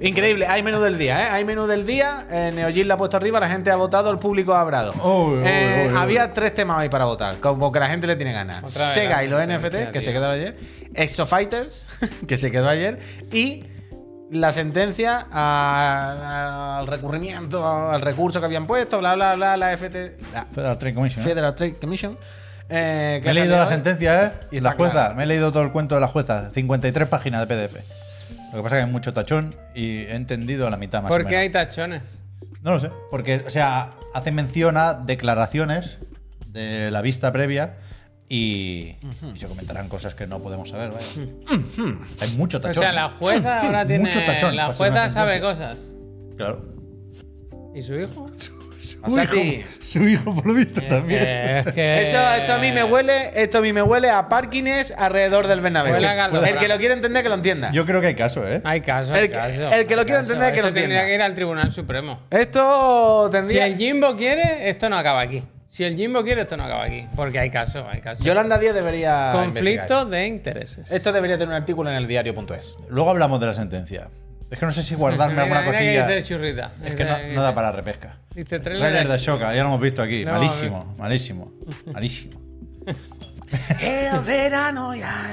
Increíble, hay menú del día, ¿eh? Hay menú del día. Eh, Neogil la ha puesto arriba, la gente ha votado, el público ha hablado. Uy, uy, Eh, uy, uy. había tres temas hoy para votar, como que la gente le tiene ganas. Otra vez Sega la y los NFT, sentencia, que se tío. quedaron ayer. Exo Fighters, que se quedó ayer. Y la sentencia a- al recurrimiento, al recurso que habían puesto, bla, bla, bla, la FT. La Federal Trade Commission. ¿eh? Federal Trade Commission. eh, que Me he se ha leído la tirado hoy. sentencia, ¿eh? Y Y está la jueza. claro. Me he leído todo el cuento de la jueza. 53 páginas de PDF. Lo que pasa es que hay mucho tachón y he entendido a la mitad más o ¿Por qué menos. hay tachones? No lo sé. Porque, o sea, hace mención a declaraciones de la vista previa y, y se comentarán cosas que no podemos saber. vaya. Hay mucho O tachón. sea, la jueza ahora Mucho tiene. tachón la para ser una jueza sabe sentencia. cosas. Claro. ¿Y su hijo? Asati. Su hijo, por lo visto, Eh, es que. Eso, esto a mí me huele, esto a mí me huele a parkings alrededor del Bernabéu. Huele a Carlos El que Blanco. lo quiere entender que lo entienda. Yo creo que hay caso, ¿eh? Hay caso. El hay que- caso, el que lo hay quiera caso. entender, que lo Esto tendría entienda. que ir al Tribunal Supremo. Esto Si tendría. el Jimbo quiere, esto no acaba aquí. Si el Jimbo quiere, esto no acaba aquí. Porque hay caso, hay caso. Yolanda Díaz debería. investigar Conflicto de intereses. esto. Esto debería tener un artículo en el diario.es. Luego hablamos de la sentencia. Es que no sé si guardarme Mira, alguna mira que cosilla. dice churrita. Es que Eh, no, no da para repesca. Dice trailer Trailer de- de Shoka, ya lo hemos visto aquí. No, eh. a malísimo, malísimo, malísimo. El verano ya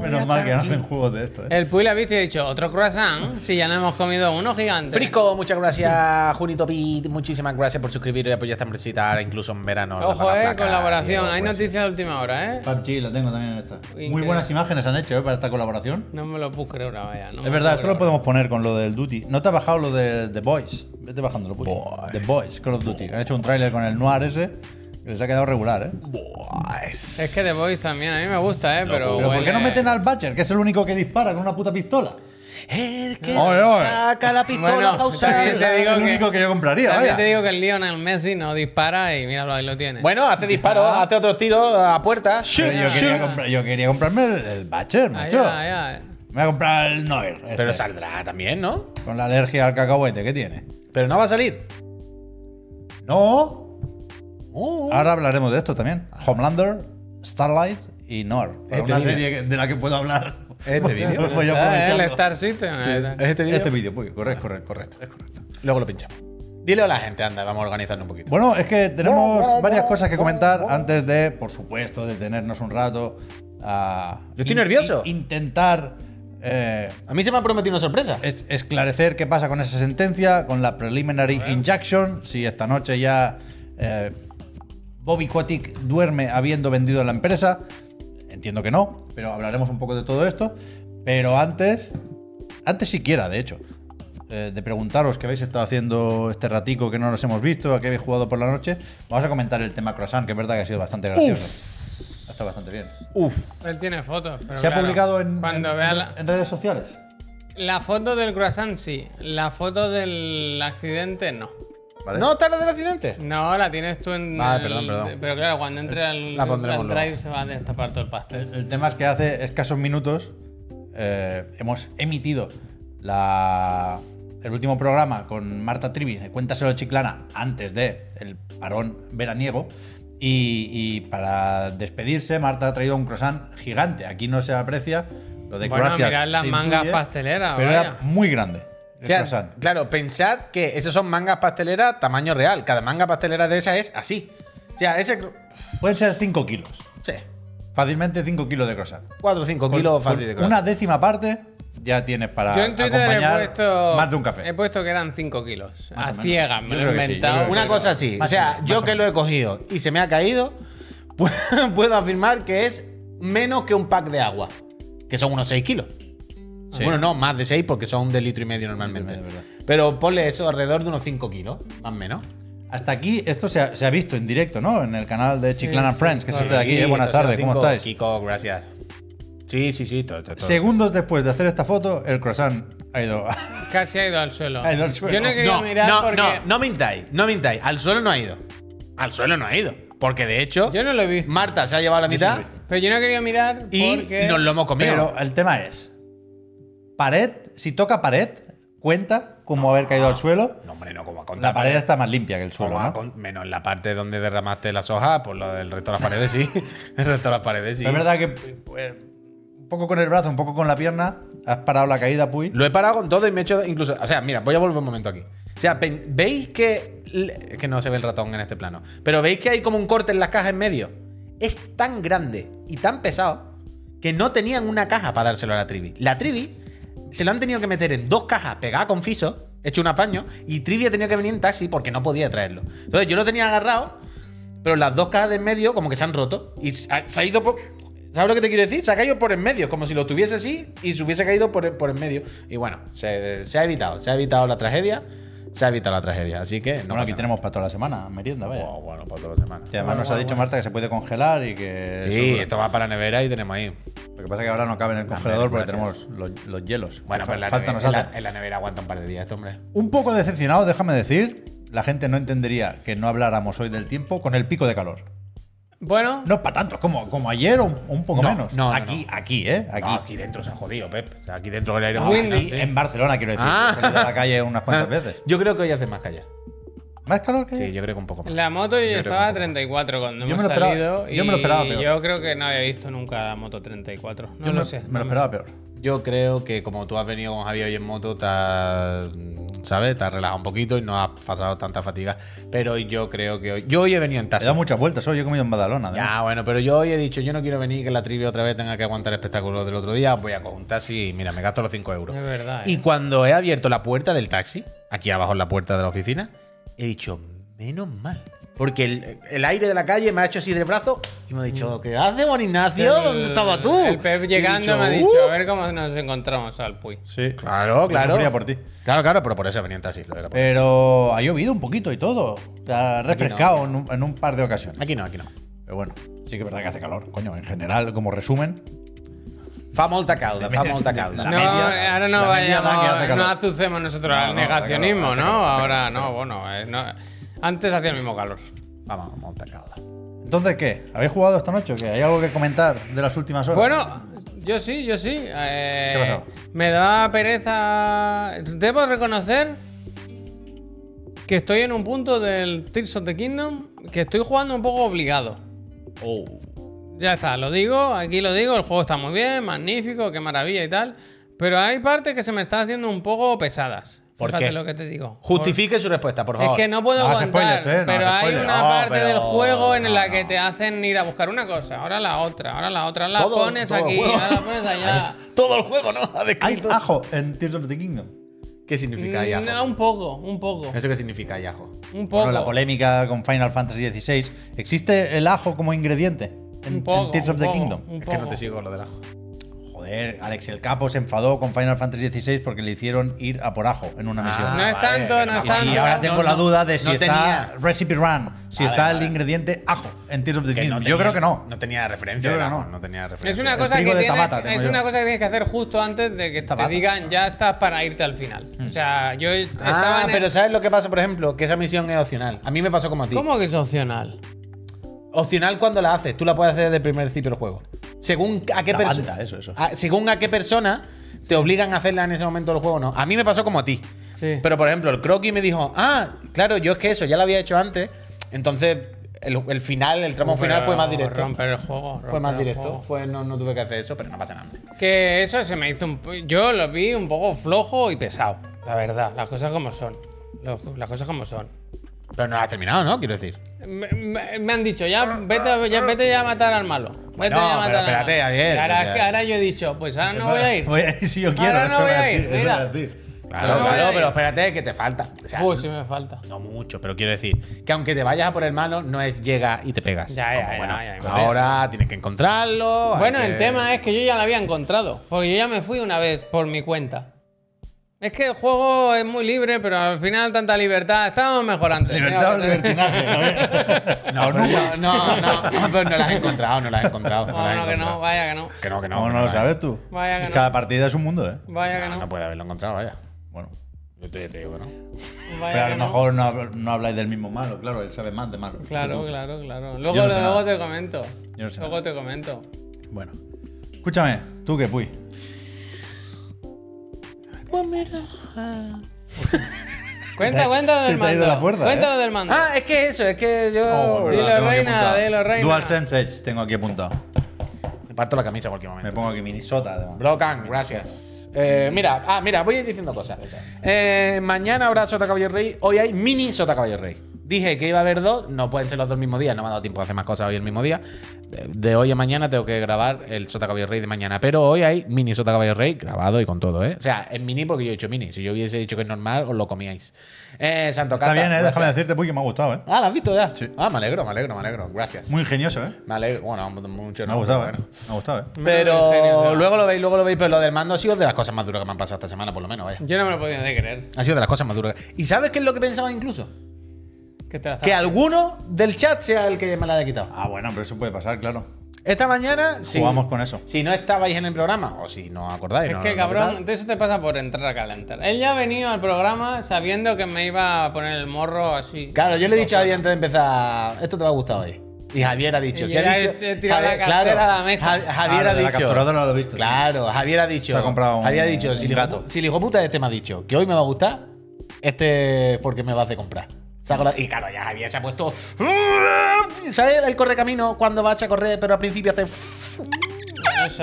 Menos mal que no hacen juegos de esto, ¿eh? El Puy la ha visto y ha dicho, otro croissant, si ya no hemos comido uno gigante. Frisco, muchas gracias. Junito Pit, muchísimas gracias por suscribiros y apoyar esta empresita ahora, incluso en verano. la Ojo, pata eh, flaca, colaboración. Diego, Hay pues, noticias de última hora, eh. PUBG, la tengo también en esta. Muy Increíble. buenas imágenes han hecho, ¿eh? Para esta colaboración. No me lo puedo creer ahora, vaya. no me Es verdad, esto puedo lo creer. podemos poner con lo del Duty. No te ha bajado lo de The Boys. Vete bajándolo, Puy. The Boys, Call of Duty. Han hecho un tráiler con el Noir ese que les ha quedado regular, ¿eh? Boys. Es que The Voice también, a mí me gusta, eh, pero. Pero ¿por qué huele- no meten al Butcher, que es el único que dispara con una puta pistola? El que Oye, oye. saca la pistola Bueno, pa' usarla. también te digo el que- único que yo compraría, También vaya. te digo que el Lionel Messi no dispara y míralo, ahí lo tiene. Bueno, hace disparos, hace otros tiros a puerta. Shoot, Pero yo, quería shoot. comprar- yo quería comprarme el, el Butcher, Ahí macho. va, ahí va, eh. Me voy a comprar el Noir. este, Pero saldrá también, ¿no? con la alergia al cacahuete que tiene. Pero no va a salir. No. Oh. Ahora hablaremos de esto también. Homelander, Starlight y Noir. Para Este una vídeo. serie que- de la que puedo hablar. Este vídeo. Voy a Ah, aprovecharlo. El Star System. ahí está. eh, ¿Es este vídeo? Este vídeo, pues, correcto, correcto, correcto, es correcto. Luego lo pinchamos. Dile a la gente, anda, vamos a organizarnos un poquito. Bueno, es que tenemos Bueno, varias bueno, cosas que bueno, comentar bueno. antes de, por supuesto, detenernos un rato a. Yo estoy nervioso. Intentar. eh, A mí se me ha prometido una sorpresa. es- esclarecer qué pasa con esa sentencia, con la preliminary injunction, si esta noche ya eh, Bobby Kotick duerme habiendo vendido la empresa. Entiendo que no, pero hablaremos un poco de todo esto. Pero antes, antes siquiera, de hecho, eh, de preguntaros qué habéis estado haciendo este ratico que no nos hemos visto, a qué habéis jugado por la noche, vamos a comentar el tema croissant, que es verdad que ha sido bastante gracioso. Ha estado bastante bien. Uf. Él tiene fotos. Pero ¿Se ha claro, publicado en, Cuando en- vea la, en redes sociales? la foto del croissant, sí. La foto del accidente, no. Vale. Mm, ¿No tarda del accidente? No, la tienes tú en. Ah, Vale, el- perdón, perdón. Pero claro, cuando entre al, La pondremos al luego. drive se va a destapar todo el pastel. El, el tema es que hace escasos minutos eh, hemos emitido la- el último programa con Marta Trivi de Cuéntaselo Chiclana antes de el parón veraniego. Y, y para despedirse, Marta ha traído un croissant gigante. Aquí no se aprecia lo de Bueno, gracias. mirad las se mangas intuye, pasteleras, Pero vaya. era muy grande. El Claro, croissant. claro, pensad que esos son mangas pasteleras tamaño real. Cada manga pastelera de esas es así. O sea, ese. cru- Pueden ser 5 kilos. Sí. Fácilmente 5 kilos de croissant. 4 o 5 Con- kilos con fácil de Una croissant. décima parte ya tienes para Yo en Twitter he acompañar puesto. más de un café. He puesto que eran 5 kilos. Más o a menos. ciegas, me Yo lo he creo que sí, yo inventado. creo que Una sí. pero- cosa así. O Más o sea, menos, yo más o que lo he cogido y se me ha caído, pu- puedo afirmar que es menos que un pack de agua, que son unos 6 kilos. Sí. Bueno, no, más de 6 porque son de litro y medio normalmente. medio, verdad. Pero ponle eso alrededor de unos 5 kilos, más o menos. Hasta aquí, esto se ha, se ha visto en directo, ¿no? En el canal de Chiclan Sí, and sí, Friends, que es este de aquí. Sí, eh, Buenas tardes, ¿cómo 205, estáis? Kiko, gracias. Sí, sí, sí, todo, todo, todo. Segundos después de hacer esta foto, el croissant ha ido. Casi ha ido al suelo. Ha ido al suelo. Yo no he querido no, mirar no, porque. no, no mintáis, no mintáis. Al suelo no ha ido. Al suelo no ha ido. Porque de hecho, Yo no lo he visto. Marta se ha llevado la mitad Pero yo no he querido mirar y porque. nos lo hemos comido. Pero el tema es: pared, si toca pared, cuenta como haber caído al suelo. no, hombre, no, como a contar. La pared está más limpia que el Como suelo, a ¿no? Ah. con- Pues menos la parte donde pues derramaste las hojas, por la del resto de las paredes sí. el resto de las paredes sí. Pero Es verdad que eh, poco con el brazo, un poco con la pierna. Has parado la caída, Puy. Lo he parado con todo y me he hecho incluso. O sea, mira, voy a volver un momento aquí. O sea, pen- ¿veis que.? le- Es que no se ve el ratón en este plano. Pero veis que hay como un corte en las cajas en medio. Es tan grande y tan pesado que no tenían una caja para dárselo a la Trivi. La Trivi se lo han tenido que meter en dos cajas pegadas con fiso, hecho un apaño, y Trivi ha tenido que venir en taxi porque no podía traerlo. Entonces yo lo tenía agarrado, pero las dos cajas del medio como que se han roto y se ha, se ha ido por... ¿Sabes lo que te quiero decir? Se ha caído por en medio, como si lo tuviese así y se hubiese caído por, en- por en medio. Y bueno, se, se ha evitado, se ha evitado la tragedia, se ha evitado la tragedia, así que no bueno, aquí pasa tenemos para toda la semana, merienda, nada. vaya. Oh, bueno, para todas las semanas. Y además Bueno, nos ha bueno, dicho bueno. Marta que se puede congelar y que. eso Sí, dura. esto va para nevera y tenemos ahí. Lo que pasa es que ahora no cabe en el congelador porque gracias. tenemos los, los hielos. Bueno, Fa- pero en la, falta nos nevera, en, la, hace. en la nevera aguanta un par de días, este hombre. Un poco decepcionado, déjame decir. La gente no entendería que no habláramos hoy del tiempo con el pico de calor. Bueno, No para tanto, como, como ayer o un, o un poco No, menos. no, no, aquí, aquí, ¿eh? Aquí. No, aquí dentro se ha jodido, Pep. O sea, aquí dentro del aire Ah, acondicionado, Windy. sí. En Barcelona, quiero decir. Ah. he salido a la calle unas cuantas veces. Yo creo que hoy hace más callar. ¿Más calor que Sí, yo creo que un poco más. la moto yo, creo estaba que a 34 cuando Yo hemos me lo esperaba- salido. yo me lo y esperaba peor. Yo creo que no había visto nunca la moto 34. No Yo lo me, sé. me lo esperaba peor. Yo creo que como tú has venido con Javier hoy en moto, te has, ¿sabes? Te has relajado un poquito y no has pasado tanta fatiga. Pero yo creo que hoy... Yo hoy he venido en He taxi. dado muchas vueltas hoy, yo he comido en Badalona. ¿eh? además. Ya, bueno, pero yo hoy he dicho, yo no quiero venir que la trivia otra vez tenga que aguantar el espectáculo del otro día. Voy a coger un taxi y mira, me gasto los 5 euros. Es verdad, Y ¿eh? cuando he abierto la puerta del taxi, aquí abajo en la puerta de la oficina, he dicho, menos mal. Porque el, el aire de la calle me ha hecho así del brazo y me ha dicho, ¿qué hace Juan Ignacio? Mm. El- ¿Dónde estabas tú? El Pep Y he llegando dicho, me ha "Uh". dicho, a ver cómo nos encontramos al Puy. Sí. Claro, claro. sufría por ti. Claro, claro, pero por eso venía en taxi. Lo era por- Pero ha llovido un poquito y todo. Se ha refrescado en, un, en un par de ocasiones. Aquí no, aquí no. Pero bueno, sí que es verdad que hace calor. Coño, en general, como resumen, Fa molta calda, fa molta calda. La No, eh, media- ahora la no media da que hace vayamos, calor. no azucemos nosotros No, al no, hace calor, negacionismo, hace ¿no? calor, hace ahora no, bueno, eh, no. antes hacía el mismo calor. Vamos, molta calda. Entonces, ¿qué? ¿Habéis jugado esta noche o qué? ¿Hay algo que comentar de las últimas horas? Bueno, yo sí, yo sí. eh, ¿Qué ha pasado? Me da pereza. Debo reconocer que estoy en un punto del Tears of the Kingdom que estoy jugando un poco obligado. Oh. Ya está, lo digo, aquí lo digo, el juego está muy bien, magnífico, qué maravilla y tal. Pero hay partes que se me están haciendo un poco pesadas. ¿Por Fíjate qué? lo que te digo. Por- Justifique su respuesta, por Es favor. que no puedo No hagas aguantar, spoilers, ¿eh? No pero hagas hay spoilers. una No, parte pero- del juego en no, la no. que te hacen ir a buscar una cosa, ahora la otra, ahora la otra, ahora la Todo- pones todo el aquí, juego. ahora la pones allá. Todo el juego, ¿no? Ha Hay descrito. ajo en Tears of the Kingdom. ¿Qué significa Yajo? No, Mm, un poco, un poco, ¿Eso qué significa Yajo? un poco. Bueno, la polémica con Final Fantasy XVI. ¿Existe el ajo como ingrediente en, Un poco, en Tears of un the poco, Kingdom? un Es que no poco. te sigo lo del ajo. Joder, Alex el Capo se enfadó con Final Fantasy XVI porque le hicieron ir a por ajo en Ah, una misión. No es tanto, no es Y tanto. ahora no, tengo la duda de si no está tenía. Recipe Run, si Vale, está vale. el ingrediente ajo en Tears of the Que no Kingdom. Yo tenía- creo que no. No tenía referencia. Yo creo del que ajo, no. no tenía referencia. Es una, El cosa que trigo de tienes, Tabata tengo es yo. una cosa que tienes que hacer justo antes de que te Tabata. Mm. digan ya estás para irte al final. O sea, yo estaba Ah, en el- pero ¿sabes lo que pasa, por ejemplo? Que esa misión es opcional. A mí me pasó como a ti. ¿Cómo que es opcional? Opcional cuando la haces. Tú la puedes hacer desde el primer principio del juego. Según a qué La persona. banda, eso, eso. Según a qué persona te obligan a hacerla en ese momento del juego o no. A mí me pasó como a ti. Sí. Pero, por ejemplo, el croquis me dijo, ah, claro, yo es que eso ya lo había hecho antes. Entonces, el, el final, el tramo final fue más Pero directo. Romper el juego. Fue romper más el directo. juego. Fue, no, no tuve que hacer eso, pero no pasa nada. Que eso se me hizo un... po- Yo lo vi un poco flojo y pesado, la verdad. Las cosas como son. Lo- Las cosas como son. Pero no lo has terminado, ¿no? Quiero decir. Me, me- me han dicho, ya vete, ya vete ya a matar al malo. Vete Bueno, ya a matar pero al espérate, malo". Javier, Y Ahora, ya. ahora yo he dicho, pues ahora no voy a ir. Voy a ir si yo quiero. Ahora no eso voy iba a ir, decir, eso mira. iba a decir. Claro, No, claro, eh. pero espérate, que te falta. O sea, Uy, sí me falta. no mucho, pero quiero decir que aunque te vayas a por el malo, no es llega y te pegas. Ya, ya, Como, ya, bueno, ya, ya. Ahora tienes que encontrarlo. hay Bueno, que- el tema es que yo ya la había encontrado. Porque yo ya me fui una vez por mi cuenta. Es que el juego es muy libre, pero al final tanta libertad. Estábamos mejor antes. Libertad o Mira, libertinaje. a ver. No, pues pero no, no, no, pero no lo has encontrado, no lo has encontrado. No, lo has No, no, que no, encontrado. vaya que no. Que no, que no. No, que no lo eh. sabes tú. Vaya que no. Cada partida es un mundo, ¿eh? Vaya que No, no. no puede haberlo encontrado, vaya. Bueno. Yo te, te digo, ¿no? vaya Pero a que lo no. mejor no, hab- no habláis del mismo malo, claro, él sabe más de malo. Claro, claro, claro. Luego, no sé luego nada. te comento. Yo no sé luego te comento. Bueno. Escúchame, tú que puy. Pues Cuenta, ha- cuenta lo se del te ha ido mando. la cuerda, Cuéntalo ¿eh? del mando. Ah, es que eso, es que yo. verdad. Dilo, Oh, tengo aquí reina, apuntado. dilo, reina. DualSense Edge tengo aquí apuntado. Me parto la camisa en cualquier momento. Me pongo aquí Minnesota, además. Brocan, gracias. Eh, mira, ah, mira, voy a ir diciendo cosas. Eh, mañana habrá Sota Caballo Rey. Hoy hay mini Sota Caballo Rey. Dije que iba a haber dos, no pueden ser los dos el mismo día, no me ha dado tiempo de hacer más cosas hoy el mismo día. De, de hoy a mañana tengo que grabar el Sota Caballo Rey de mañana, pero hoy hay mini Sota Caballo Rey grabado y con todo, ¿eh? O sea, es mini porque yo he dicho mini. Si yo hubiese dicho que es normal, os lo comíais. Eh, Santo Está Cata, bien, eh, gracias. déjame decirte, Puy, que me ha gustado, ¿eh? Ah, ¿la has visto ya? Sí. Ah, me alegro, me alegro, me alegro. Gracias. Muy ingenioso, ¿eh? me alegro, bueno, mucho Me ha no, gustado, pero ¿eh? bueno. Me ha gustado, ¿eh? Pero Pero ingenio, luego lo veis, luego lo veis, pero lo del mando ha sido de las cosas más duras que me han pasado esta semana, por lo menos, vaya. Yo no me lo podía de creer. Ha sido de las cosas más duras. ¿Y sabes qué es lo que pensaba incluso? Que te la Que estaba- alguno del chat sea el que me la haya quitado. Ah, bueno, pero eso puede pasar, claro. Esta mañana, si, Jugamos con eso. si no estabais en el programa, o si no acordáis, Es no- que no- cabrón, de eso te pasa por entrar a calentar. Él ya ha venido al programa sabiendo que me iba a poner el morro así. Claro, yo le he dicho a Javier antes de empezar, esto te va a gustar hoy. Y Javier ha dicho, Y si ha Javier dicho, ha tirado la cartera a la mesa. Ja- Javier Ah, ha lo de la dicho, capturadora no lo he visto, sí. Claro, Javier ha dicho, Se ha comprado un- Javier ha dicho, si un el hijo- gato. si el hijo puta este me ha dicho que hoy me va a gustar, este es porque me va a hacer comprar. Saco la- y claro, ya Javier se ha puesto, ¿sabes? El correcamino cuando vas a correr, pero al principio hace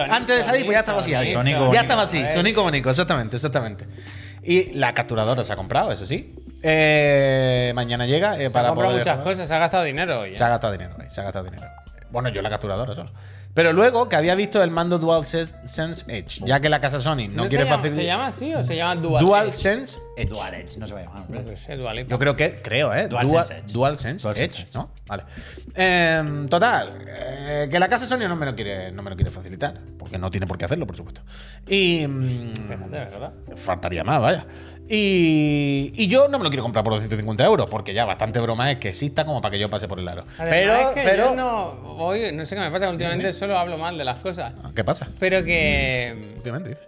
antes de salir, pues ya estaba así. Javier. Sonico ya bonito. estaba así, Eh. sonico bonito, exactamente, exactamente. Y la capturadora se ha comprado, eso sí. Eh, mañana llega eh, Se ha para comprado poder. muchas jugar. cosas, se ha gastado dinero. oye. Se ha gastado dinero, eh, se ha gastado dinero. Bueno, yo la capturadora solo. Pero luego que había visto el mando DualSense Sense Edge, ya que la casa Sony no, se quiere llama- facilitar. ¿Se llama así o se llama Dual? DualSense Edge. Edge, no se va a llamar. No lo sé, Dual Lipa. Yo creo que, creo, ¿eh? Dual- DualSense Edge. DualSense DualSense Edge, Edge. ¿no? Vale. Em, total, eh, que la casa Sony no me, lo quiere, no me lo quiere facilitar, porque no tiene por qué hacerlo, por supuesto. Y... mm, Fíjate, ¿verdad? Faltaría más, vaya. Y, y yo no me lo quiero comprar por 250 euros, porque ya bastante broma es que exista como para que yo pase por el aro. Además, pero, es que pero. yo no, voy- no sé qué me pasa, últimamente solo hablo mal de las cosas. Ah, ¿Qué pasa? Pero que. Obviamente, dice.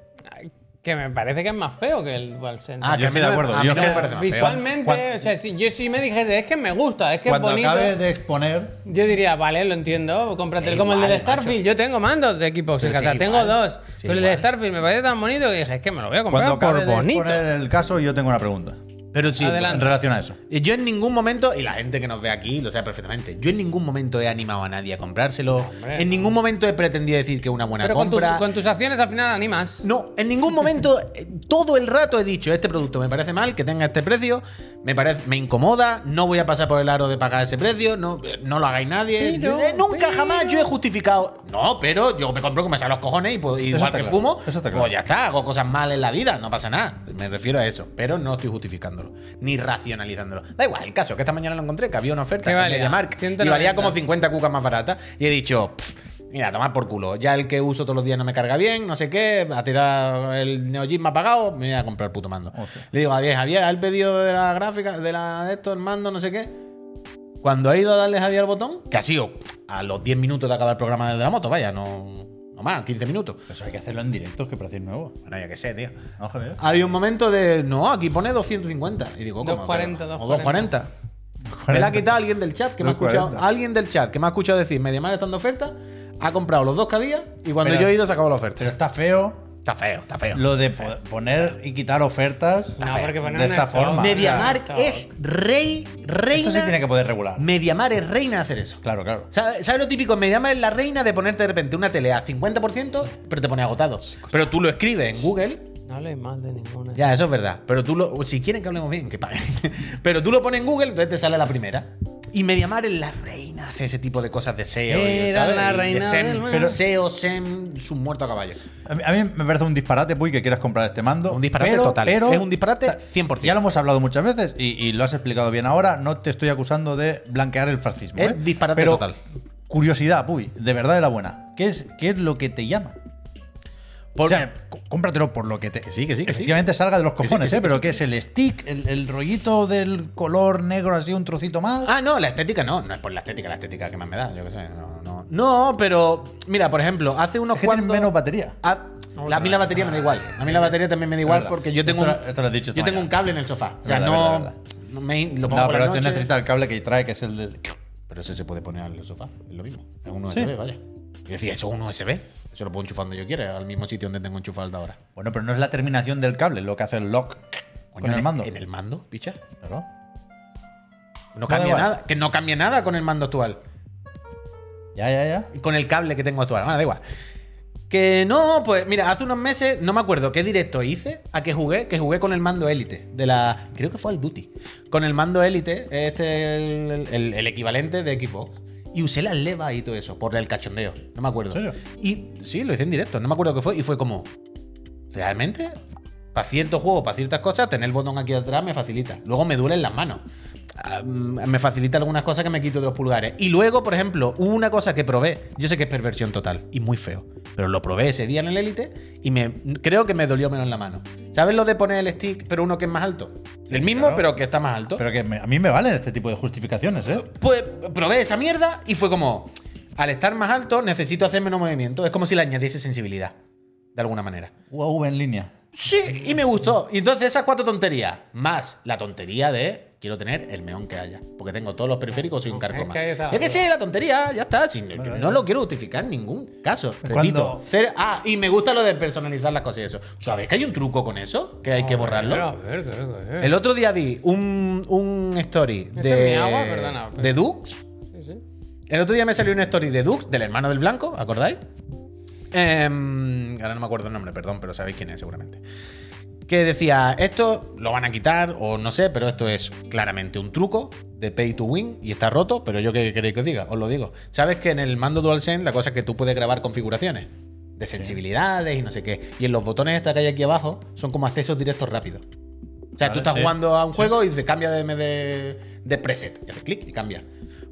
Que me parece que es más feo que el DualSense. Ah, yo que estoy a de mí no me- acuerdo. a mí yo no es me que parece más feo. Visualmente, Cuan- o sea, si yo si me dijese, es que me gusta, es que es Cuando bonito. acabes de exponer, Yo diría, vale, lo entiendo, cómprate Da como el igual, del Starfield. macho. Yo tengo mandos de equipos en Pero sí, casa, tengo igual. dos. Sí, pero el de igual. Starfield me parece tan bonito que dije, es que me lo voy a cuando comprar acabes por de bonito. exponer el caso, yo tengo una pregunta. Pero sí, Adelante. En relación a eso. Y Yo en ningún momento, y la gente que nos ve aquí lo sabe perfectamente, yo en ningún momento he animado a nadie a comprárselo. Hombre, en ningún momento he pretendido decir que es una buena Pero con, tu- compra. con tus acciones al final animas. No, en ningún momento, eh, todo el rato he dicho, este producto me parece mal, que tenga este precio, me parece, me incomoda, no voy a pasar por el aro de pagar ese precio, no, eh, no lo hagáis nadie. Pero, Eh, Nunca pero- jamás yo he justificado. No, pero yo me compro que me salen los cojones y puedo- y Eso igual está que claro, fumo, eso está claro. pues ya está, hago cosas mal en la vida, no pasa nada. Me refiero a eso, pero no estoy justificándolo, ni racionalizándolo. Da igual, el caso es que esta mañana lo encontré, que había una oferta ¿Qué en valía? MediaMarkt y 190. valía como 50 cucas más barata. Y he dicho, "Pff, mira, tomar por culo. Ya el que uso todos los días no me carga bien, no sé qué. A tirar el Neo Geo me ha pagado, me voy a comprar el puto mando. Hostia. Le digo, Javier, Javier, ¿has pedido de la gráfica, de, la, de esto, el mando, no sé qué? Cuando he ido a darle Javier al botón, que ha sido a los 10 minutos de acabar el programa de la moto, vaya, no, no más, 15 minutos. Eso hay que hacerlo en directo, que parece nuevo. Bueno, ya que sé, tío. No, Javier. Había un momento de, no, aquí pone 250. Y digo, ¿cómo? 240, Pero- 240. O 240. Me la ha quitado alguien del chat que me ha escuchado. 240. Alguien del chat que me ha escuchado decir MediaMar está en oferta, ha comprado los dos que había y cuando Pero- yo he ido se acabó la oferta. Pero está feo Está feo, está feo. lo de po- poner y quitar ofertas. No, feo. porque poner De un esta stock- forma, o sea, MediaMarkt Stock. es rey, reina. Esto se tiene que poder regular. MediaMarkt es reina de hacer eso. Claro, claro. ¿Sabes sabe lo típico? MediaMarkt es la reina de ponerte de repente una tele a 50%, pero te pone agotado. Pero tú lo escribes en Google No hables mal de ninguna. Ya, eso es verdad. Pero tú lo. Si quieren que hablemos bien, que paguen. Pero tú lo pones en Google, entonces te sale la primera. Y Mediamar es la reina, hace ese tipo de cosas de SEO. Era ¿sabes? la Y reina de SEM. del mundo. Pero- SEO, SEM, su muerto a caballo. A mí, a mí me parece un disparate, Puy, que quieras comprar este mando. Un disparate pero- total. pero- es un disparate 100%. Ya lo hemos hablado muchas veces y, y lo has explicado bien ahora. No te estoy acusando de blanquear el fascismo. Es ¿eh? disparate Pero, total. Curiosidad, Puy, de verdad de la buena. ¿Qué es, qué es lo que te llama? Por- O sea, c- cómpratelo por lo que te. Que sí, que sí, que sí. Efectivamente salga de los sí, cojones, que sí, ¿eh? que Pero sí, ¿qué es el stick? El, el rollito del color negro así, un trocito más? Ah, no, la estética no. No es por la estética, la estética que más me da. Yo qué sé. No, no. no pero. Mira, por ejemplo, hace unos es que tiene cuantos. menos batería. Ah, la- a mí la batería me da igual. A mí la batería también me da igual verdad. porque yo tengo, Esto un, lo- esto lo has dicho esta yo tengo un mañana. cable en el sofá. O sea, Verdad, no. verdad, no me, lo pongo No, por la pero este noche. necesita el cable que trae, que es el del. Pero ese se puede poner al sofá, es lo mismo. Es un USB, Sí. vaya. Y decía, eso es un USB. Eso lo puedo enchufar donde yo quiera, al mismo sitio donde tengo enchufado el de ahora. Bueno, pero no es la terminación del cable lo que hace el lock con Coño, el mando. En el mando, picha. Claro. No da cambia igual. nada. Que no cambia nada con el mando actual. Ya, ya, ya. Con el cable que tengo actual. Bueno, da igual. Que no, pues mira, hace unos meses, no me acuerdo qué directo hice, a que jugué, que jugué con el mando Elite, de la. Creo que fue al Duty. Con el mando Elite, este el, el- el equivalente de Xbox. Y usé las levas y todo eso, por el cachondeo. No me acuerdo. ¿En serio? Y sí, lo hice en directo, no me acuerdo qué fue. Y fue como. Realmente, para ciertos juegos, para ciertas cosas, tener el botón aquí atrás me facilita. Luego me duelen las manos. Ah, mm, Me facilita algunas cosas que me quito de los pulgares. Y luego, por ejemplo, una cosa que probé, yo sé que es perversión total y muy feo, pero lo probé ese día en el Elite y me creo que me dolió menos la mano. ¿Sabes lo de poner el stick, pero uno que es más alto? el mismo, claro. pero que está más alto. Pero que me- a mí me valen este tipo de justificaciones, ¿eh? Pues probé esa mierda y fue como, al estar más alto necesito hacer menos movimiento. Es como si le añadiese sensibilidad, de alguna manera. UAV en línea. Sí, y me gustó. Y entonces esas cuatro tonterías, más la tontería de quiero tener el meón que haya, porque tengo todos los periféricos y un Es carcoma. que ahí está. Es que sí, la tontería, ya está. si no, Bueno, no ya. lo quiero justificar en ningún caso. ¿Cuándo? Repito, cero- ah, y me gusta lo de personalizar las cosas y eso. ¿Sabes que hay un truco con eso? Que hay que borrarlo. Pero, a ver, creo que es. El otro día vi un, un story Esta de, es mi agua, perdona, pero- de Dux. Sí, sí. El otro día me salió una story de Dux, del hermano del blanco, ¿acordáis? Em, ahora no me acuerdo el nombre, perdón, pero sabéis quién es seguramente. Que decía, esto lo van a quitar o no sé, pero esto es claramente un truco de pay to win y está roto, pero yo qué queréis que os diga, os lo digo. Sabes que en el mando DualSense la cosa es que tú puedes grabar configuraciones de sensibilidades y no sé qué. Y en los botones esta que hay aquí abajo son como accesos directos rápidos. O sea, tú Vale, estás sí. jugando a un juego y te cambia de, de, de preset. Y haces clic y cambia.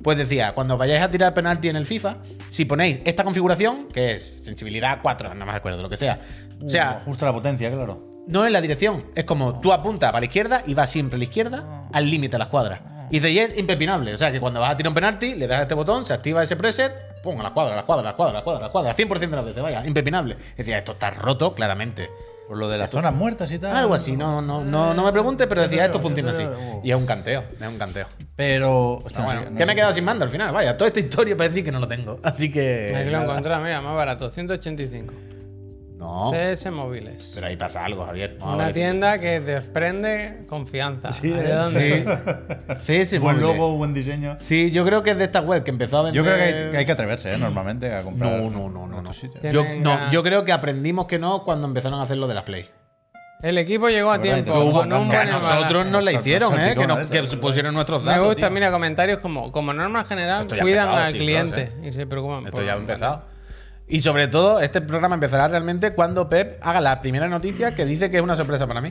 Pues decía, cuando os vayáis a tirar penalti en el FIFA, si ponéis esta configuración, que es sensibilidad 4, no me acuerdo, lo que sea. O sea, Uh, justo la potencia, claro. no es la dirección. Es como tú apuntas para la izquierda y vas siempre a la izquierda al límite de las cuadras. Y dice, y es impepinable. O sea, que cuando vas a tirar un penalti, le das a este botón, se activa ese preset, pum, a la cuadra, a la cuadra, a la cuadra, a la cuadra, a la cuadra, 100% de las veces, vaya, impepinable. Decía, esto está roto, claramente. Por lo de las zonas muertas y tal. Algo así, no, no, no, no me preguntes, pero decía, esto funciona así. Y Y- es un canteo, es un canteo. Pero. hostia, Pero no sé bueno, qué- que no me sé he quedado sin mando al final, vaya, toda esta historia para decir que no lo tengo. Así Eh, que. Aquí lo he nada. encontrado, mira, más barato, 185. No, CS Móviles. Oh. pero ahí pasa algo, Javier. Vamos a Una ver. tienda que desprende confianza. Sí, Ahí eh. es donde- CS qué- Buen Móviles. logo, buen diseño. Sí, yo creo que es de esta web que empezó a vender. Yo creo que hay, que hay que atreverse, ¿eh? Normalmente, a comprar. No, no, no, no. en no. estos sitios. Yo, Tienen no, gran- yo creo que aprendimos que no cuando empezaron a hacer lo de las Play. El equipo llegó a Verdad, tiempo. que Que, hubo- con un que a buen nosotros embalaje. nos la Nos hicieron, saltó ¿eh? Que, una nos- de esas, que pusieron nuestros Me datos. gusta, tío. mira, comentarios como, como norma general, Esto ya ha cuidan empezado, al sí, cliente claro, y se preocupan Esto por- ya ha empezado. Y sobre todo, este programa empezará realmente cuando Pep haga la primera noticia que dice que es una sorpresa para mí.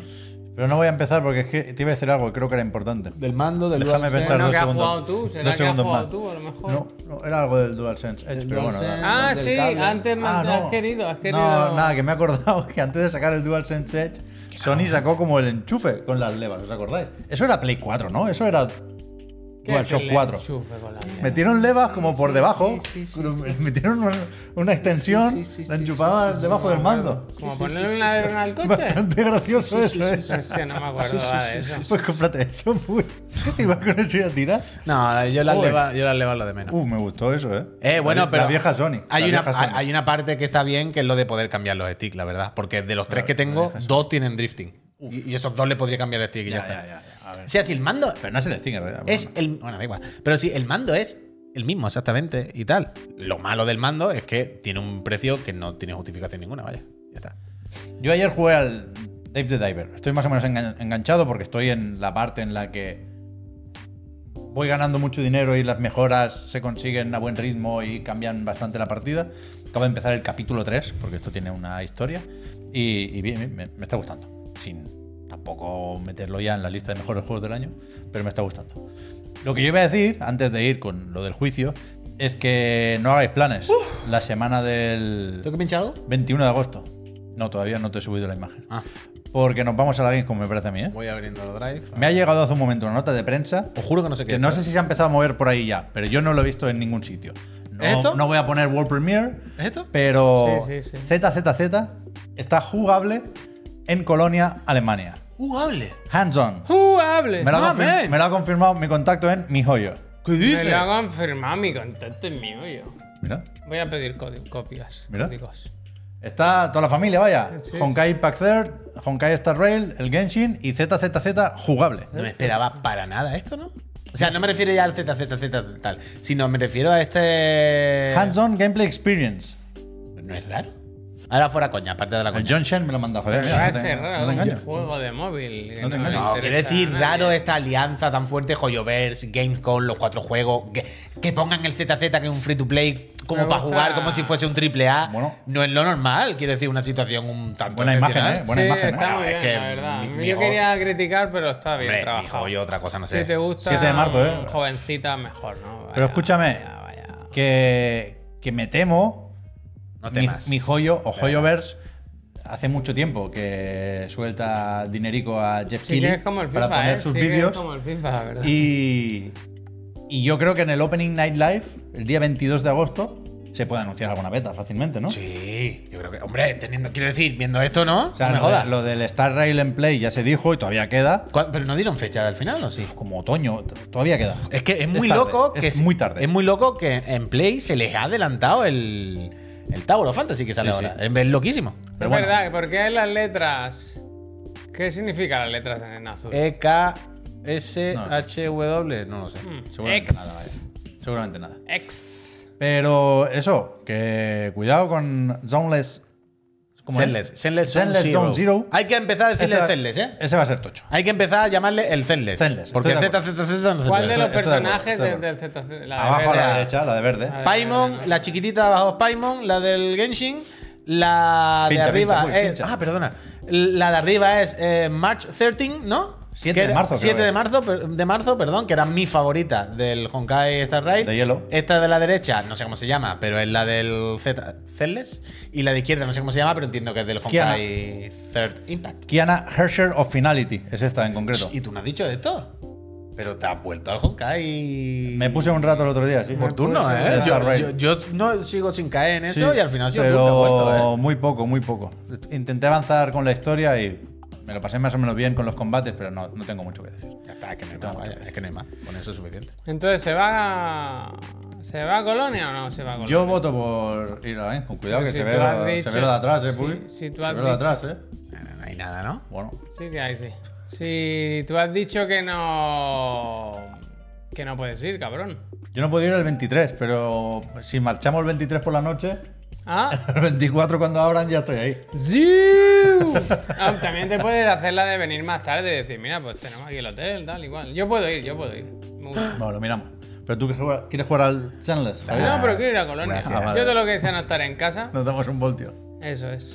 Pero no voy a empezar porque es que te iba a decir algo que creo que era importante. Del mando, del Déjame DualSense. pensar Bueno, dos que has segundos. jugado tú, será dos que segundos has jugado más. tú, a lo mejor. No, no, era algo del DualSense Edge, pero bueno. DualSense. da- Ah, Del sí, cable. antes me Ah, has no. querido, has querido. No, nada, que me he acordado que antes de sacar el DualSense Edge, Sony sacó como el enchufe con las levas, ¿os acordáis? Eso era Play 4, ¿no? Eso era ¿Qué es DualShock el 4. enchufe con la mierda? Metieron levas como por debajo, sí, sí, pero metieron una, una extensión, Sí, sí, sí, la sí, enchufaban debajo del mando. Como ponerle una verga al coche. Bastante gracioso eso, ¿eh? Hostia, no me acuerdo Ah, de eso. Pues cómprate eso, pues. Y vas con eso y a tirar. No, yo las Uy. leva, yo las leva lo de menos. Uh, me gustó eso, ¿eh? Eh, bueno, la, pero. La vieja Sony. Hay, la una, vieja hay- Sony. hay una parte que está bien, que es lo de poder cambiar los sticks, la verdad. Porque de los tres que tengo, dos tienen drifting. Y, y esos dos le podría cambiar el stick y ya, Ya, está. ya, ya, ya. A ver. O sea, si el mando Pero no es el Stinger, ¿verdad? es el. Bueno, da igual. Pero sí, el mando es el mismo, exactamente, y tal. Lo malo del mando es que tiene un precio que no tiene justificación ninguna, vaya. Ya está. Yo ayer jugué al Dave the Diver. Estoy más o menos engan- enganchado porque estoy en la parte en la que voy ganando mucho dinero y las mejoras se consiguen a buen ritmo y cambian bastante la partida. Acabo de empezar el capítulo 3 porque esto tiene una historia y, y bien, bien, me, me está gustando. Sin tampoco meterlo ya en la lista de mejores juegos del año, pero me está gustando. Lo que yo iba a decir, antes de ir con lo del juicio, es que no hagáis planes. La semana del, ¿Tengo que pinchar algo? 21 de agosto. No, todavía no te he subido la imagen. Ah, Porque nos vamos a la Gamescom, me parece a mí, ¿eh? voy abriendo el drive. Me ha llegado hace un momento una nota de prensa Os juro que no sé qué. que es. no sé si se ha empezado a mover por ahí ya, pero yo no lo he visto en ningún sitio. No, ¿Es esto? no voy a poner World Premiere, ¿Es esto? pero Sí, sí, sí. ZZZ está jugable en Colonia, Alemania. Jugable. Hands on. ¡Jugable! Me lo, ha Ah, confir- man. me lo ha confirmado mi contacto en mi joyo. ¿Qué Me dices? lo ha confirmado mi contacto es mío yo. Mira. Voy a pedir codi- copias. Mira. códigos. Está toda la familia, vaya. Sí, sí. Honkai Impact Third, Honkai Star Rail, el Genshin y ZZZ jugable. No me esperaba para nada esto, ¿no? O sea, no me refiero ya al ZZZ tal, sino me refiero a este. Hands on gameplay experience. ¿No es raro? Ahora fuera coña, aparte de la El coña. John Shen me lo manda a joder. Me mira, parece no te- Ah, raro no te un engañes. juego de móvil. que No te le engañes. No, interesa quiero a decir, nadie. raro esta alianza tan fuerte, Joyoverse, Gamescom, los cuatro juegos, que, que pongan el ZZ, que es un free to play, como Me para gusta. jugar como si fuese un triple A. Bueno. No es lo normal, quiero decir, una situación un tanto. Buena imagen, excepcional. ¿eh? Buena sí, imagen, ¿eh? Está Bueno, muy es bien, que la verdad. mi- mi Yo jo- quería criticar, pero está bien Hombre, trabajado. hijo, yo otra cosa no sé. Si te gusta. 7 de marzo, ¿eh? Jovencita, mejor, ¿no? Vaya, Pero escúchame. vaya, vaya. Que, que me temo no mi, temas. mi joyo o joyoverse hace mucho tiempo que suelta dinerico a Jeff Sí Keighley que es como el FIFA, para poner ¿eh? sus Sí que vídeos Es como el FIFA, ¿verdad? y, y yo creo que en el Opening Night Live el día 22 de agosto se puede anunciar alguna beta fácilmente, ¿no? Sí, yo creo que. Hombre, teniendo, quiero decir, viendo esto, ¿no? O sea, no me lo, de- jodas. lo del Star Rail en Play ya se dijo y todavía queda ¿Cuál- Pero no dieron fecha al final, ¿o sí? como otoño, t- todavía queda. Es que es muy tarde, loco es que muy tarde. Es muy loco que en Play se les ha adelantado el, el Tower of Fantasy que sale Sí, sí. ahora. Es loquísimo. pero es bueno. verdad, ¿por qué hay las letras? ¿Qué significan las letras en el azul? E K S H W, no lo sé. Mm. Seguramente nada, vaya. Seguramente nada. Ex. Pero eso, que cuidado con Zoneless. ¿cómo es? Zenless, Zenless Zone Zenless Zero. Zone Zero. Hay que empezar a decirle Este va- Zenless, ¿eh? Ese va a ser tocho. Hay que empezar a llamarle el Zenless. Zenless, Porque estoy de Z, Z, Z no se ¿Cuál puede. de los estoy de acuerdo, personajes estoy de del acuerdo. del ZZ? La Abajo a derecha. la derecha, la de verde. Vale. Paimon, la chiquitita abajo es Paimon, la del Genshin, la Pincha, de arriba pincha, uy, es. pincha. Ah, perdona. La de arriba es eh, March 13, ¿no? 7 Que de era- marzo, creo 7 que de es. marzo, per- de marzo, perdón, que era mi favorita del Honkai Star Rail. De hielo. Esta de la derecha, no sé cómo se llama, pero es la del Z Celeste. Y la de izquierda, no sé cómo se llama, pero entiendo que es del Kiana. Honkai Third Impact. Kiana Hersher of Finality. Es esta en concreto. ¿Y tú no has dicho esto? Pero te has vuelto al Honkai. Me puse un rato el otro día, sí. por turno, Pues, ¿eh? Star Yo, Rail. yo- yo no sigo sin caer en Sí, eso y al final sí pero te has vuelto, ¿eh? muy poco, muy poco. Intenté avanzar con la historia y me lo pasé más o menos bien con los combates, pero no, no tengo mucho que decir. Ya está, es que no hay más, vaya, es que no hay más. Con eso es suficiente. Entonces, ¿se va a... ¿Se va a Colonia o no se va a Colonia? Yo voto por ir a Con cuidado Pero que si se, tú ve lo, has se dicho- ve lo de atrás, ¿eh, si- Puy? si tú se has ve lo de dicho- atrás, ¿eh? No, no, no hay nada, ¿no? Bueno, Sí que hay, sí. Si tú has dicho que no... Que no puedes ir, cabrón. yo no puedo ir el 23, pero si marchamos el 23 por la noche, ¿Ah? el 24 cuando abran ya estoy ahí. ¡Ziu! Ah, También te puedes hacer la de venir más tarde y decir, mira, pues tenemos aquí el hotel, tal, igual. Yo puedo ir, yo puedo ir. Me gusta. Bueno, lo miramos. Pero tú quieres jugar, quieres jugar al Chandless. Ah, No, pero quiero ir a Colonia. Gracias. Ah, vale. Yo todo lo que sea no estar en casa, Nos damos un voltio. eso es.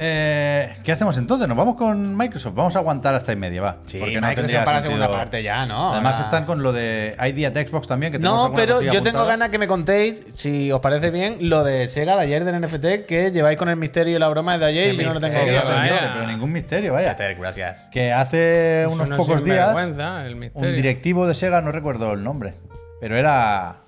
Eh, ¿Qué hacemos entonces? ¿Nos vamos con Microsoft? Vamos a aguantar hasta y media, va. Sí, Porque Microsoft tendría para la sentido. segunda parte ya, ¿no? Además Ahora- están con lo de ID at Xbox también, que tenemos No, alguna pero cosilla yo tengo apuntada. ganas que me contéis, si os parece bien, lo de Sega de ayer del NFT, que lleváis con el misterio y la broma de ayer y yo no lo Se tengo misterio, quedó claro. vaya. pendiente, pero ningún misterio, vaya. Peter, Gracias. Que hace Eso unos no es pocos días sinvergüenza, el misterio. un directivo de Sega, no recuerdo el nombre, pero era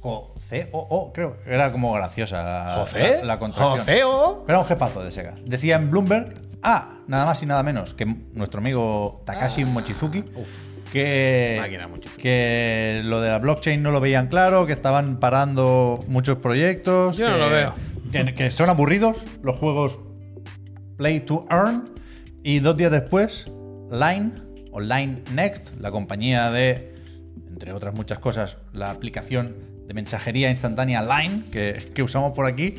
Co- COO, creo, era como graciosa la, ¿José? la, la contracción. ¿José oh. o? Pero era un jefazo de Sega. Decía en Bloomberg, ah, nada más y nada menos que nuestro amigo Takashi Mochizuki, que, Ah, Máquina Mochizuki. que lo de la blockchain no lo veían claro, que estaban parando muchos proyectos. Yo no que- lo veo. Que, que son aburridos los juegos Play to Earn. Y dos días después, Line, o Line Next, la compañía de, entre otras muchas cosas, la aplicación de mensajería instantánea Line, que, que usamos por aquí,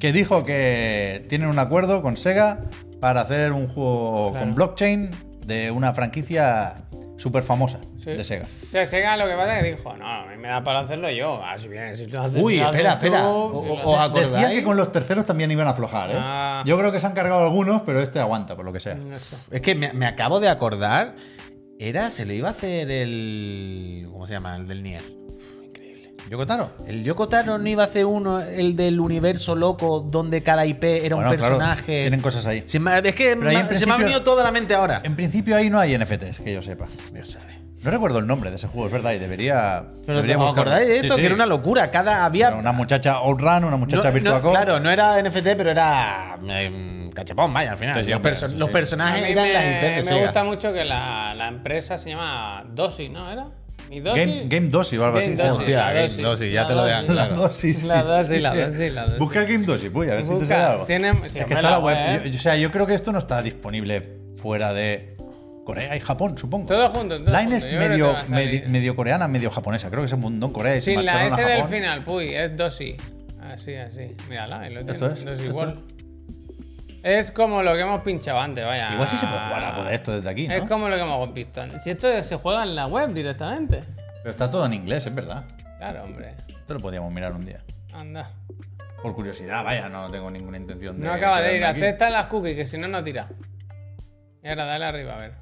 que dijo que tienen un acuerdo con Sega para hacer un juego Claro. con blockchain de una franquicia súper famosa Sí. de Sega. O sea, Sega lo que pasa es que dijo, no, a mí me da para hacerlo yo. Ah, si bien, si tú haces Uy, tú lo espera, haces espera. tú, O- si lo o- haces- ¿Os Decían acordáis? que con los terceros también iban a aflojar, ¿eh? Ah. Yo creo que se han cargado algunos, pero este aguanta, por lo que Mm. sea. No sé. Es que me, me acabo de acordar. Era, se lo iba a hacer el. ¿Cómo se llama? El del Nier. Uf, increíble. ¿Yokotaro? El Yoko Taro no iba a hacer uno, el del universo loco, donde cada IP era Bueno, un claro, personaje. tienen cosas ahí. Se me- es que Pero ahí ma- se me en ha principio- Em, venido toda la mente ahora. En principio ahí no hay NFTs, que yo sepa. Dios sabe. No recuerdo el nombre de ese juego, es verdad, y debería. Pero debería ¿os buscarlo. acordáis de esto? Sí, sí. Que era una locura. Cada había. Era una muchacha Outrun, una no- muchacha no, Virtua Cop. claro, no era NFT, pero era. em, cachapón, vaya, al final. Sí, sí, los, hombre, perso- sí, los sí. A personajes mí Ah, eran me, las IP de me Sega. gusta mucho que la, la empresa se llama Dosis, ¿no era? Mi Dosis. Game, Game Dosis o algo así. Game Dosis, Hostia, la Game Dosis, Dosis, ya la te lo Dosis. dejan claro. La dosis. La dosis, la dosis, la dosis. Busca el Game Dosis, voy a ver si te Busca, sale algo. tiene- sí, es que hombre, está la la ¿eh? web. web. Yo- yo- o sea, yo creo que esto no está disponible fuera de Corea y Japón, supongo. Todo junto, todo Line junto, es yo creo que medio, te va a salir. medi- medio coreana, medio japonesa. Creo que se mundó en Corea y se Sin la marcharon S a del Japón. final, puy, es Dosi. Así, así. Mírala, ahí lo tiene. Esto es, No es esto igual. Es como lo que hemos pinchado antes, vaya. Igual sí se puede jugar a poder esto desde aquí, ¿no? Ah. Es como lo que hemos visto. Si esto se juega en la web directamente. Pero está todo en inglés, es verdad. Claro, hombre. Esto lo podíamos mirar un día. Anda. Por curiosidad, vaya, no tengo ninguna intención de. No acaba de ir. quedarme Eh, aquí. Acepta las cookies, que si no, no tira. Y ahora dale arriba, a ver.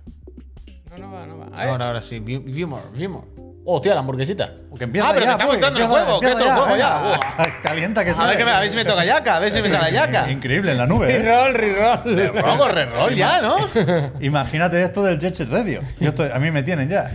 No, no va, no va. A ver. Ahora, ahora sí. View, view more, view more. Oh, tío, la hamburguesita. Que empieza ah, pero ya, que estamos pues, entrando en el empieza- juego. Que esto es empieza el juego ya. venga. Calienta que Buah. A ver, sale. que me, a ver si me toca yaca, a ver si me sale yaca. Increíble en la nube. ¿eh? Reroll, reroll. Rogo, reroll ya, ¿no? Imagínate esto del Jet Set Radio. Yo estoy- a mí me tienen ya.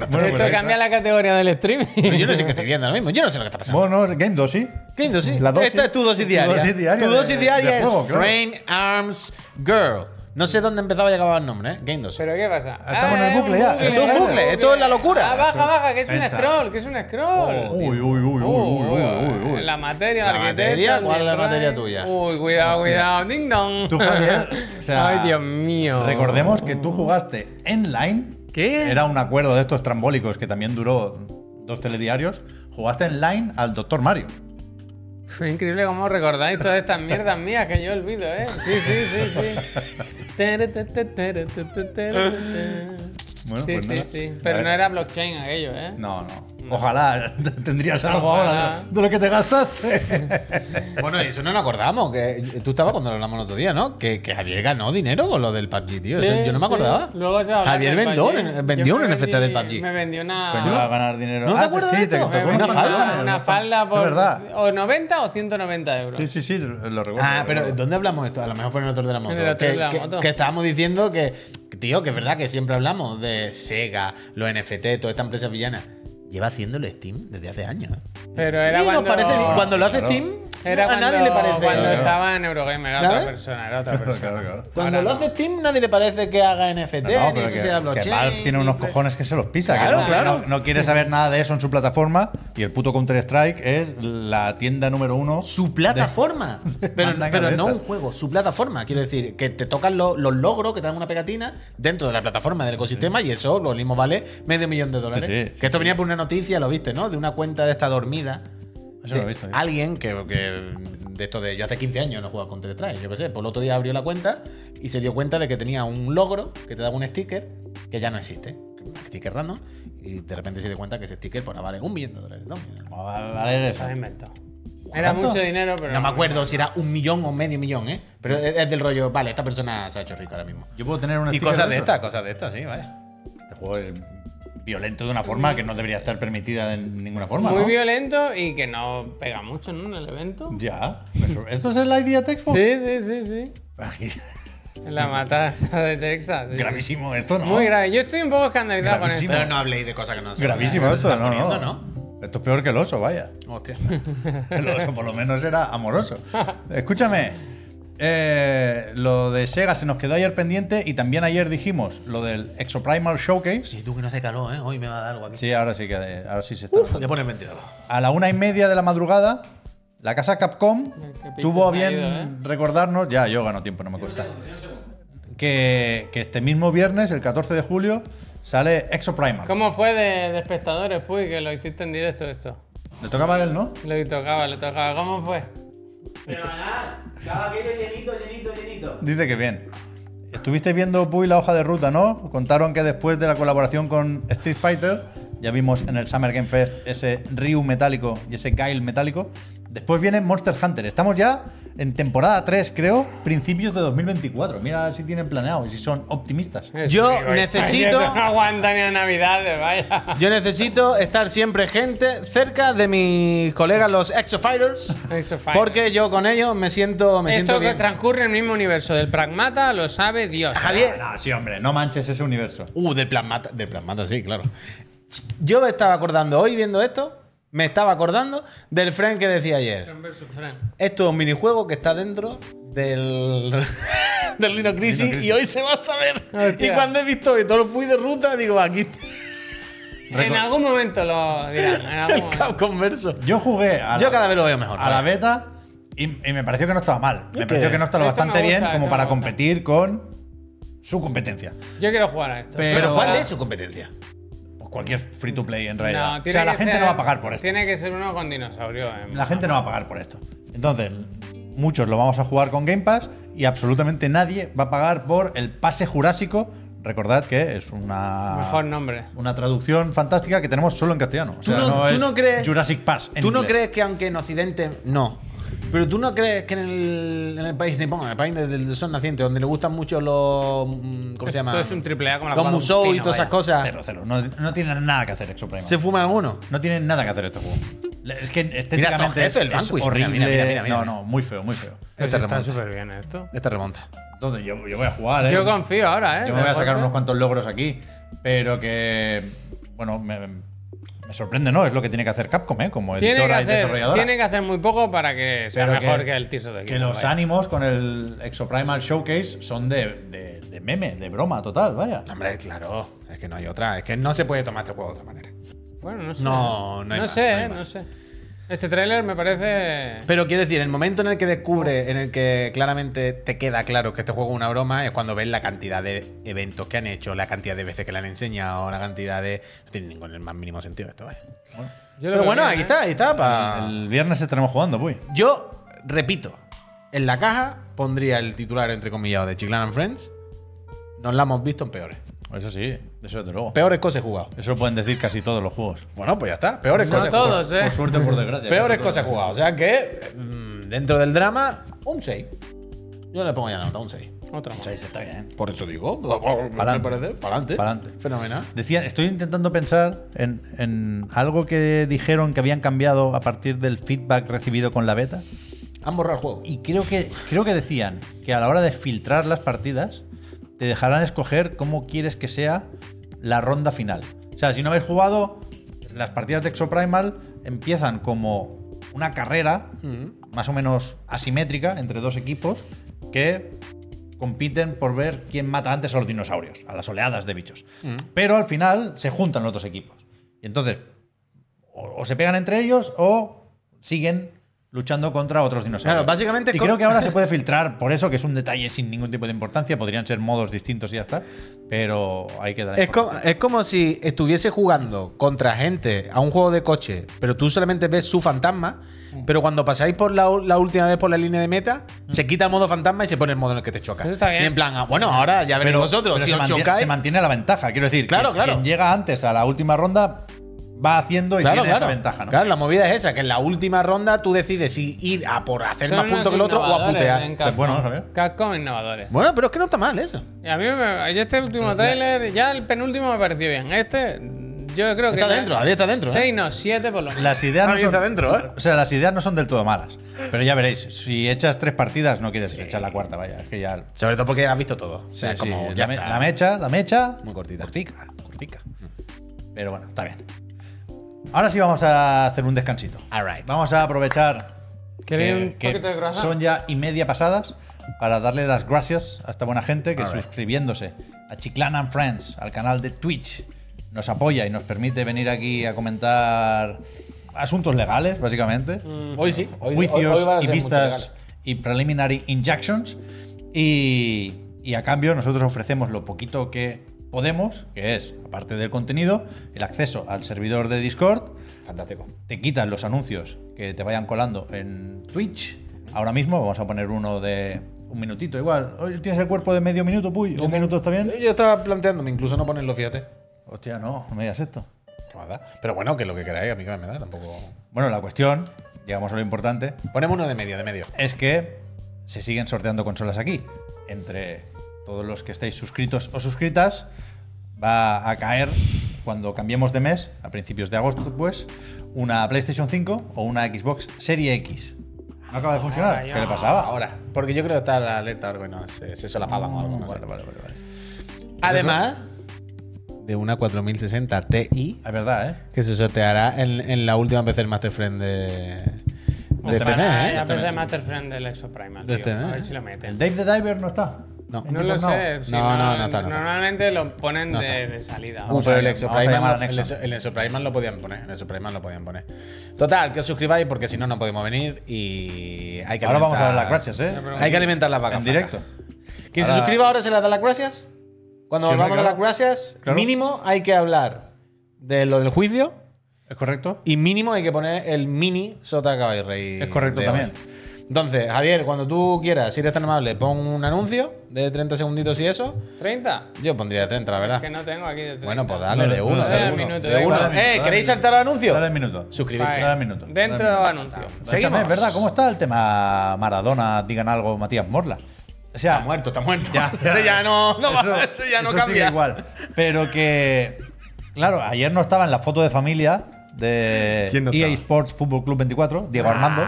Bueno, Esto pues, cambia la categoría del streaming. Pero yo no sé qué estoy viendo ahora mismo. Yo no sé lo que está pasando. Bueno, Game 2, sí. ¿Qué dosis? La dosis. Esta es tu dosis Tu diaria. dosis diaria Tu de- dosis diaria de es juego, claro. Frame Arms Girl. No sé dónde empezaba y acababa el nombre, ¿eh? Game 2. ¿Pero qué pasa? Ah, Estamos en el es un bucle ya. Esto es un bucle, esto es la locura. Ah, baja, baja, que es un Pensa. scroll, que es un Oh, scroll. Uy, uy, uy, uy, uy, uy, uy, uy. La materia, La la, arquitecta, materia, el ¿cuál es la design. materia tuya? Uy, cuidado, cuidado. Ding dong. Tú, Javier, o sea, Ay, Dios mío. Recordemos que tú jugaste en Line. ¿Qué? Era un acuerdo de estos trambólicos que también duró dos telediarios. Jugaste en Line al Doctor Mario. Fue increíble cómo recordáis todas estas mierdas mías que yo olvido, ¿eh? Sí, sí, sí, sí. Tere, te, te, tere, te, te, tere, te. Bueno, sí, pues sí, nada. sí. A Pero ver. no era blockchain aquello, ¿eh? No, no. Ojalá tendrías algo ahora Ojalá. de- de lo que te gastaste. Bueno, y eso no nos acordamos. Que tú estabas cuando lo hablamos el otro día, ¿no? Que, que Javier ganó dinero con lo del PUBG, tío. Sí, Eso yo no me sí. acordaba. Luego se va a hablar Javier del vendió, PUBG. un- vendió Yo un me NFT del vendí- PUBG. Me vendió una. Coño, va a ganar dinero. ¿No te acuerdas sí, de te esto? tocó me una vendí falda. Una falda por. Es verdad. O 90 o 190 euros. Sí, sí, sí, lo recuerdo. Ah, lo pero recuerdo. ¿dónde hablamos esto? A lo mejor fue en el otro de la moto. En el otro que, de la que- moto. que estábamos diciendo que, que, tío, que es verdad que siempre hablamos de Sega, los NFT, toda esta empresa villana. Lleva haciéndolo Steam desde hace años. ¿eh? Pero era Sí, nos cuando. parece bien. cuando lo hace Claro. Steam, Era a cuando, nadie le parece. cuando Claro. estaba en Eurogamer, era ¿Sabes? otra persona, era otra persona. Claro, claro. Cuando Ahora lo no. hace Steam, nadie le parece que haga NFT, No, no, ni pero eso que, sea que blockchain. Valve tiene unos ni- cojones que se los pisa. que Claro, no, claro. No, no quiere saber nada de eso en su plataforma. Y el puto Counter-Strike es la tienda número uno. Su plataforma. Pero, Manda pero caleta. no un juego, su plataforma. Quiero decir, que te tocan lo- los logros, que te dan una pegatina dentro de la plataforma del ecosistema y eso lo mismo vale medio millón de dólares. Sí, sí, que esto venía por una noticia, lo viste, ¿no? De una cuenta de esta dormida. Eso de lo he visto, sí. Alguien que, que de esto de yo hace 15 años no jugaba con Counter-Strike, yo qué sé. Por el otro día abrió la cuenta y se dio cuenta de que tenía un logro que te daba un sticker que ya no existe. Un sticker random. Y de repente se dio cuenta que ese sticker pues, ahora vale un millón de dólares. dos millones. No va a valer Se eso. lo ha inventado. Era ¿Cuánto? mucho dinero, pero. No me acuerdo si era un millón o medio millón, ¿eh? Pero es, es del rollo, vale, esta persona se ha hecho rica ahora mismo. Yo puedo tener una Y cosas de estas, cosas de estas, sí, vaya. Este juego es violento de una forma que no debería estar permitida de ninguna forma. Muy ¿no? violento y que no pega mucho ¿no? en el evento. Ya. Eso- ¿Esto es el Idea Textbook? Sí, sí, sí, sí. En la matanza de Texas. sí, sí. Gravísimo esto, ¿no? Muy grave. Yo estoy un poco escandalizado con Gravísimo. esto. Pero no habléis de cosas que no se Gravísimo se esto, están no, poniendo, no. Esto es peor que el oso, vaya. Hostia. El oso por lo menos era amoroso. Escúchame, eh, lo de Sega se nos quedó ayer pendiente y también ayer dijimos lo del Exoprimal Showcase. Y tú que no hace calor, ¿eh? Hoy me va a dar algo aquí. Sí, ahora sí que ahora sí se está. Uf, de poner ventilador. A la una y media de la madrugada, la casa Capcom Qué pinche tuvo a se ha bien ido, ¿eh? recordarnos, ya yo gano tiempo, no me cuesta, que, que este mismo viernes, el 14 de julio, sale Exoprimal. ¿Cómo fue de, de espectadores, Puy, que lo hiciste en directo esto? Le toca a él, ¿no? Lo tocaba, lo tocaba. ¿Cómo fue? Estaba aquello llenito, llenito, llenito. Dice que bien. Estuviste viendo Puy la hoja de ruta, ¿no? Contaron que después de la colaboración con Street Fighter, ya vimos en el Summer Game Fest ese Ryu metálico y ese Guile metálico. Después viene Monster Hunter. Estamos ya en temporada 3, creo, principios de 2024. Mira si tienen planeado y si son optimistas. Eh, Yo Digo, esta necesito- gente No aguanta ni a Navidades, vaya. Yo necesito estar siempre gente cerca de mis colegas, los Exofighters. Eso falla. Porque yo con ellos me siento, me esto siento que bien. transcurre en el mismo universo del pragmata lo sabe Dios. Javier, Ah, No, sí, hombre, no manches ese universo. Uh, del plasmata. Del plasmata, sí, claro. Yo me estaba acordando hoy viendo esto, me estaba acordando del friend que decía ayer. Esto es un minijuego que está dentro del. del Dino Crisis, Dino Crisis. y hoy se va a saber. Hostia. Ah, Y cuando he visto que todo fui de ruta, digo, aquí En algún momento lo dirán. En algún el momento. cap converso. Yo jugué a Yo la- cada vez lo veo mejor. a la beta y, y me pareció que no estaba mal. Me pareció que no estaba Esto me bastante gusta, bien como esto para me gusta. competir con su competencia. Yo quiero jugar a esto. Pero- Pero ¿cuál es su competencia? Pues cualquier free to play en realidad. No, o tiene sea, la que gente ser- no va a pagar por esto. Tiene que ser uno con dinosaurio. eh. La gente no va a pagar por esto. Entonces, muchos lo vamos a jugar con Game Pass y absolutamente nadie va a pagar por el pase jurásico. Recordad que es una. Mejor nombre. Una traducción fantástica que tenemos solo en castellano. O sea, no- no, tú es no crees- Jurassic Pass. en ¿Tú no inglés. crees que aunque en Occidente no? Pero tú no crees que en el, en el país nipón, en el país del, del sol naciente, donde le gustan mucho los. mm, ¿Cómo se Esto llama? es un triple A como la Los copa de un museos y pino, todas esas vaya. cosas. Cero, cero. No, no tienen nada que hacer Exo Primal. ¿Se fuman alguno? No tienen nada que hacer este juego. Le- Es que estos estéticamente jefes, es, el es Vanquish. horrible. Mira, mira, mira, mira, no, mira. no, muy feo, muy feo. Pero Este si Pues está remonta. súper bien esto. Este remonta. Entonces yo, yo voy a jugar, ¿eh? Yo confío ahora, ¿eh? Yo me voy a sacar unos Deporte. cuantos logros aquí, pero que, bueno, me, me sorprende, ¿no? Es lo que tiene que hacer Capcom, ¿eh? Como Tiene que, editora y hacer, desarrolladora. tiene que hacer muy poco para que sea Pero mejor que, el Tears of the Que Kingdom, los vaya. ánimos con el Exoprimal Showcase son de, de- de meme, de broma total, vaya. Hombre, claro. Es que no hay otra. Es que no se puede tomar este juego de otra manera. Bueno, no sé. No, no hay más, sé, no hay eh, más. no sé. Este tráiler me parece. Pero quiero decir, el momento en el que descubre, en el que claramente te queda claro que este juego es una broma, es cuando ves la cantidad de eventos que han hecho, la cantidad de veces que le han enseñado, la cantidad de. No tiene ningún el más mínimo sentido esto, ¿vale? Yo lo Pero bueno, veo bien, ahí ¿eh? está, ahí está. Para... El viernes estaremos jugando, uy. Yo, repito, en la caja pondría el titular entre comillas de Chiclan and Friends. Nos la hemos visto en peores. Eso sí, eso desde luego. Peores cosas he jugado. Eso lo pueden decir casi todos los juegos. Bueno, pues ya está. Peores No cosas he todos, jugado. eh. Por suerte o por desgracia. Peores casi todos. cosas he jugado. O sea que, mm, dentro del drama, un 6. Yo le pongo ya la nota, un 6. Otra más. Sí, sí, está bien. Por eso digo, para parece, para adelante. Pa'lante. Fenomenal. Decían, estoy intentando pensar en, en algo que dijeron que habían cambiado a partir del feedback recibido con la beta. Han borrado el juego. Y creo que, creo que decían que a la hora de filtrar las partidas, te dejarán escoger cómo quieres que sea la ronda final. O sea, si no habéis jugado, las partidas de Exoprimal empiezan como una carrera más o menos asimétrica entre dos equipos que compiten por ver quién mata antes a los dinosaurios, a las oleadas de bichos. Mm. Pero al final se juntan los dos equipos. Y entonces, o, o se pegan entre ellos o siguen luchando contra otros dinosaurios. Claro, básicamente Y con- creo que ahora se puede filtrar por eso, que es un detalle sin ningún tipo de importancia. Podrían ser modos distintos y ya está. Pero hay que dar. Es como, es como si estuviese jugando contra gente a un juego de coche, pero tú solamente ves su fantasma, pero cuando pasáis por la, u- la última vez por la línea de meta, se quita el modo fantasma y se pone el modo en el que te choca. Eso está bien. Y en plan, ah, bueno, ahora ya veréis vosotros, si se, os mantiene, chocáis. se mantiene la ventaja. Quiero decir, Claro, quien, claro. quien llega antes a la última ronda va haciendo y Claro, tiene claro. esa ventaja. ¿no? Claro, la movida es esa, que en la última ronda tú decides si ir a por hacer Son más puntos que unos el otro o a innovadores putear. en Está Capcom. Pues bueno, Javier. Capcom innovadores. Bueno, pero es que no está mal eso. Y a mí, me- ya este último Pues tráiler, ya el penúltimo me pareció bien. Este, yo creo que. Está dentro, ahí está dentro, ¿eh? 6, no, 7 por lo menos. Las ideas, no Ahí son, está dentro, ¿eh? o sea, las ideas no son del todo malas. Pero ya veréis, si echas tres partidas, no quieres echar la cuarta, vaya. Es que ya. Sobre todo porque has visto todo. O Sí, sea, sí, como ya la, me- está. la mecha, la mecha. Muy cortita. Mm. Cortica, cortica. Pero bueno, está bien. Ahora sí vamos a hacer un descansito. All right. Vamos a aprovechar ¿Queréis un poquito de croissant? son ya y media pasadas para darle las gracias a esta buena gente que All right. suscribiéndose a Chiclan and Friends, al canal de Twitch, nos apoya y nos permite venir aquí a comentar asuntos legales, básicamente Mm. Hoy sí. Hoy, juicios hoy- hoy van a y ser muchos vistas regalos. y preliminary injections. Y, y a cambio nosotros ofrecemos lo poquito que podemos, que es, aparte del contenido, el acceso al servidor de Discord, Fantástico. te quitan los anuncios que te vayan colando en Twitch. Ahora mismo vamos a poner uno de un minutito igual. Oye, ¿Tienes el cuerpo de medio minuto, Puy? ¿Un minuto está bien? Yo estaba planteándome incluso no ponerlo, fíjate. Hostia, no, no me digas esto. ¿Qué más da? Pero bueno, que lo que queráis, a mí que me da tampoco. Bueno, la cuestión, llegamos a lo importante, Ponemos uno de medio, de medio. es que se siguen sorteando consolas aquí. Entre todos los que estáis suscritos o suscritas, va a caer cuando cambiemos de mes, a principios de agosto, pues, una PlayStation 5 o una Xbox Serie X. No acaba de funcionar. Ahora ya. ¿Qué le pasaba? Ahora, porque yo creo que está la alerta ahora, bueno, se, se solapaban o algo. Mm, no sé. vale, vale, vale, vale. Además de una 4060 Ti Es verdad, ¿eh? que se sorteará en, en la última PC del Master Friend de, de este Master mes, Ah, ¿eh? ya este pensé mes. Master Friend del Exoprimal. De Tío. este mes. A ver si lo El meten. Dave the Diver no está. No. No lo Entonces, sé. si No, no, no está, no está. Normalmente lo ponen No de, está. de salida. Uh, Vamos pero a el ver, Exo vamos a llamar Primal- al el Nexo. Exo- el Exo Primal lo podían poner. El Exo Primal lo podían poner. Total, que os suscribáis porque si no, no podemos venir y hay que Ahora vamos a dar alimentar- las gracias, ¿eh? pero- Hay que alimentar las vacas. En flacas. directo. Quien se Ahora- suscriba ahora se las da las gracias. Cuando Sí, hombre, volvamos a dar las claro. gracias, Claro. mínimo hay que hablar de lo del juicio ¿Es correcto? y mínimo hay que poner el mini Sota Caballo Rey. Es correcto de también. hoy. Entonces, Javier, cuando tú quieras, si eres tan amable, pon un anuncio de 30 segunditos y eso. ¿30? Yo pondría 30, la verdad. Que no tengo aquí de 30. Ah. Bueno, pues dale, No, de no, uno, no, de dale uno. minuto, de dale, uno. dale, Eh, dale. ¿queréis saltar al anuncio? Dale el minuto. Suscribirse. Dale el minuto. Dale Dentro el del minuto. anuncio. Seguimos. Escúchame, ¿verdad? ¿Cómo está el tema Maradona? Digan algo, Matías Morla. O sea, Está muerto, está muerto. Ya, ese ya no, no va, ese ya no eso cambia. sigue igual. Pero que. Claro, ayer no estaba en la foto de familia de ¿Quién no EA estaba? Ah, Sports Fútbol Club 24, Diego Armando.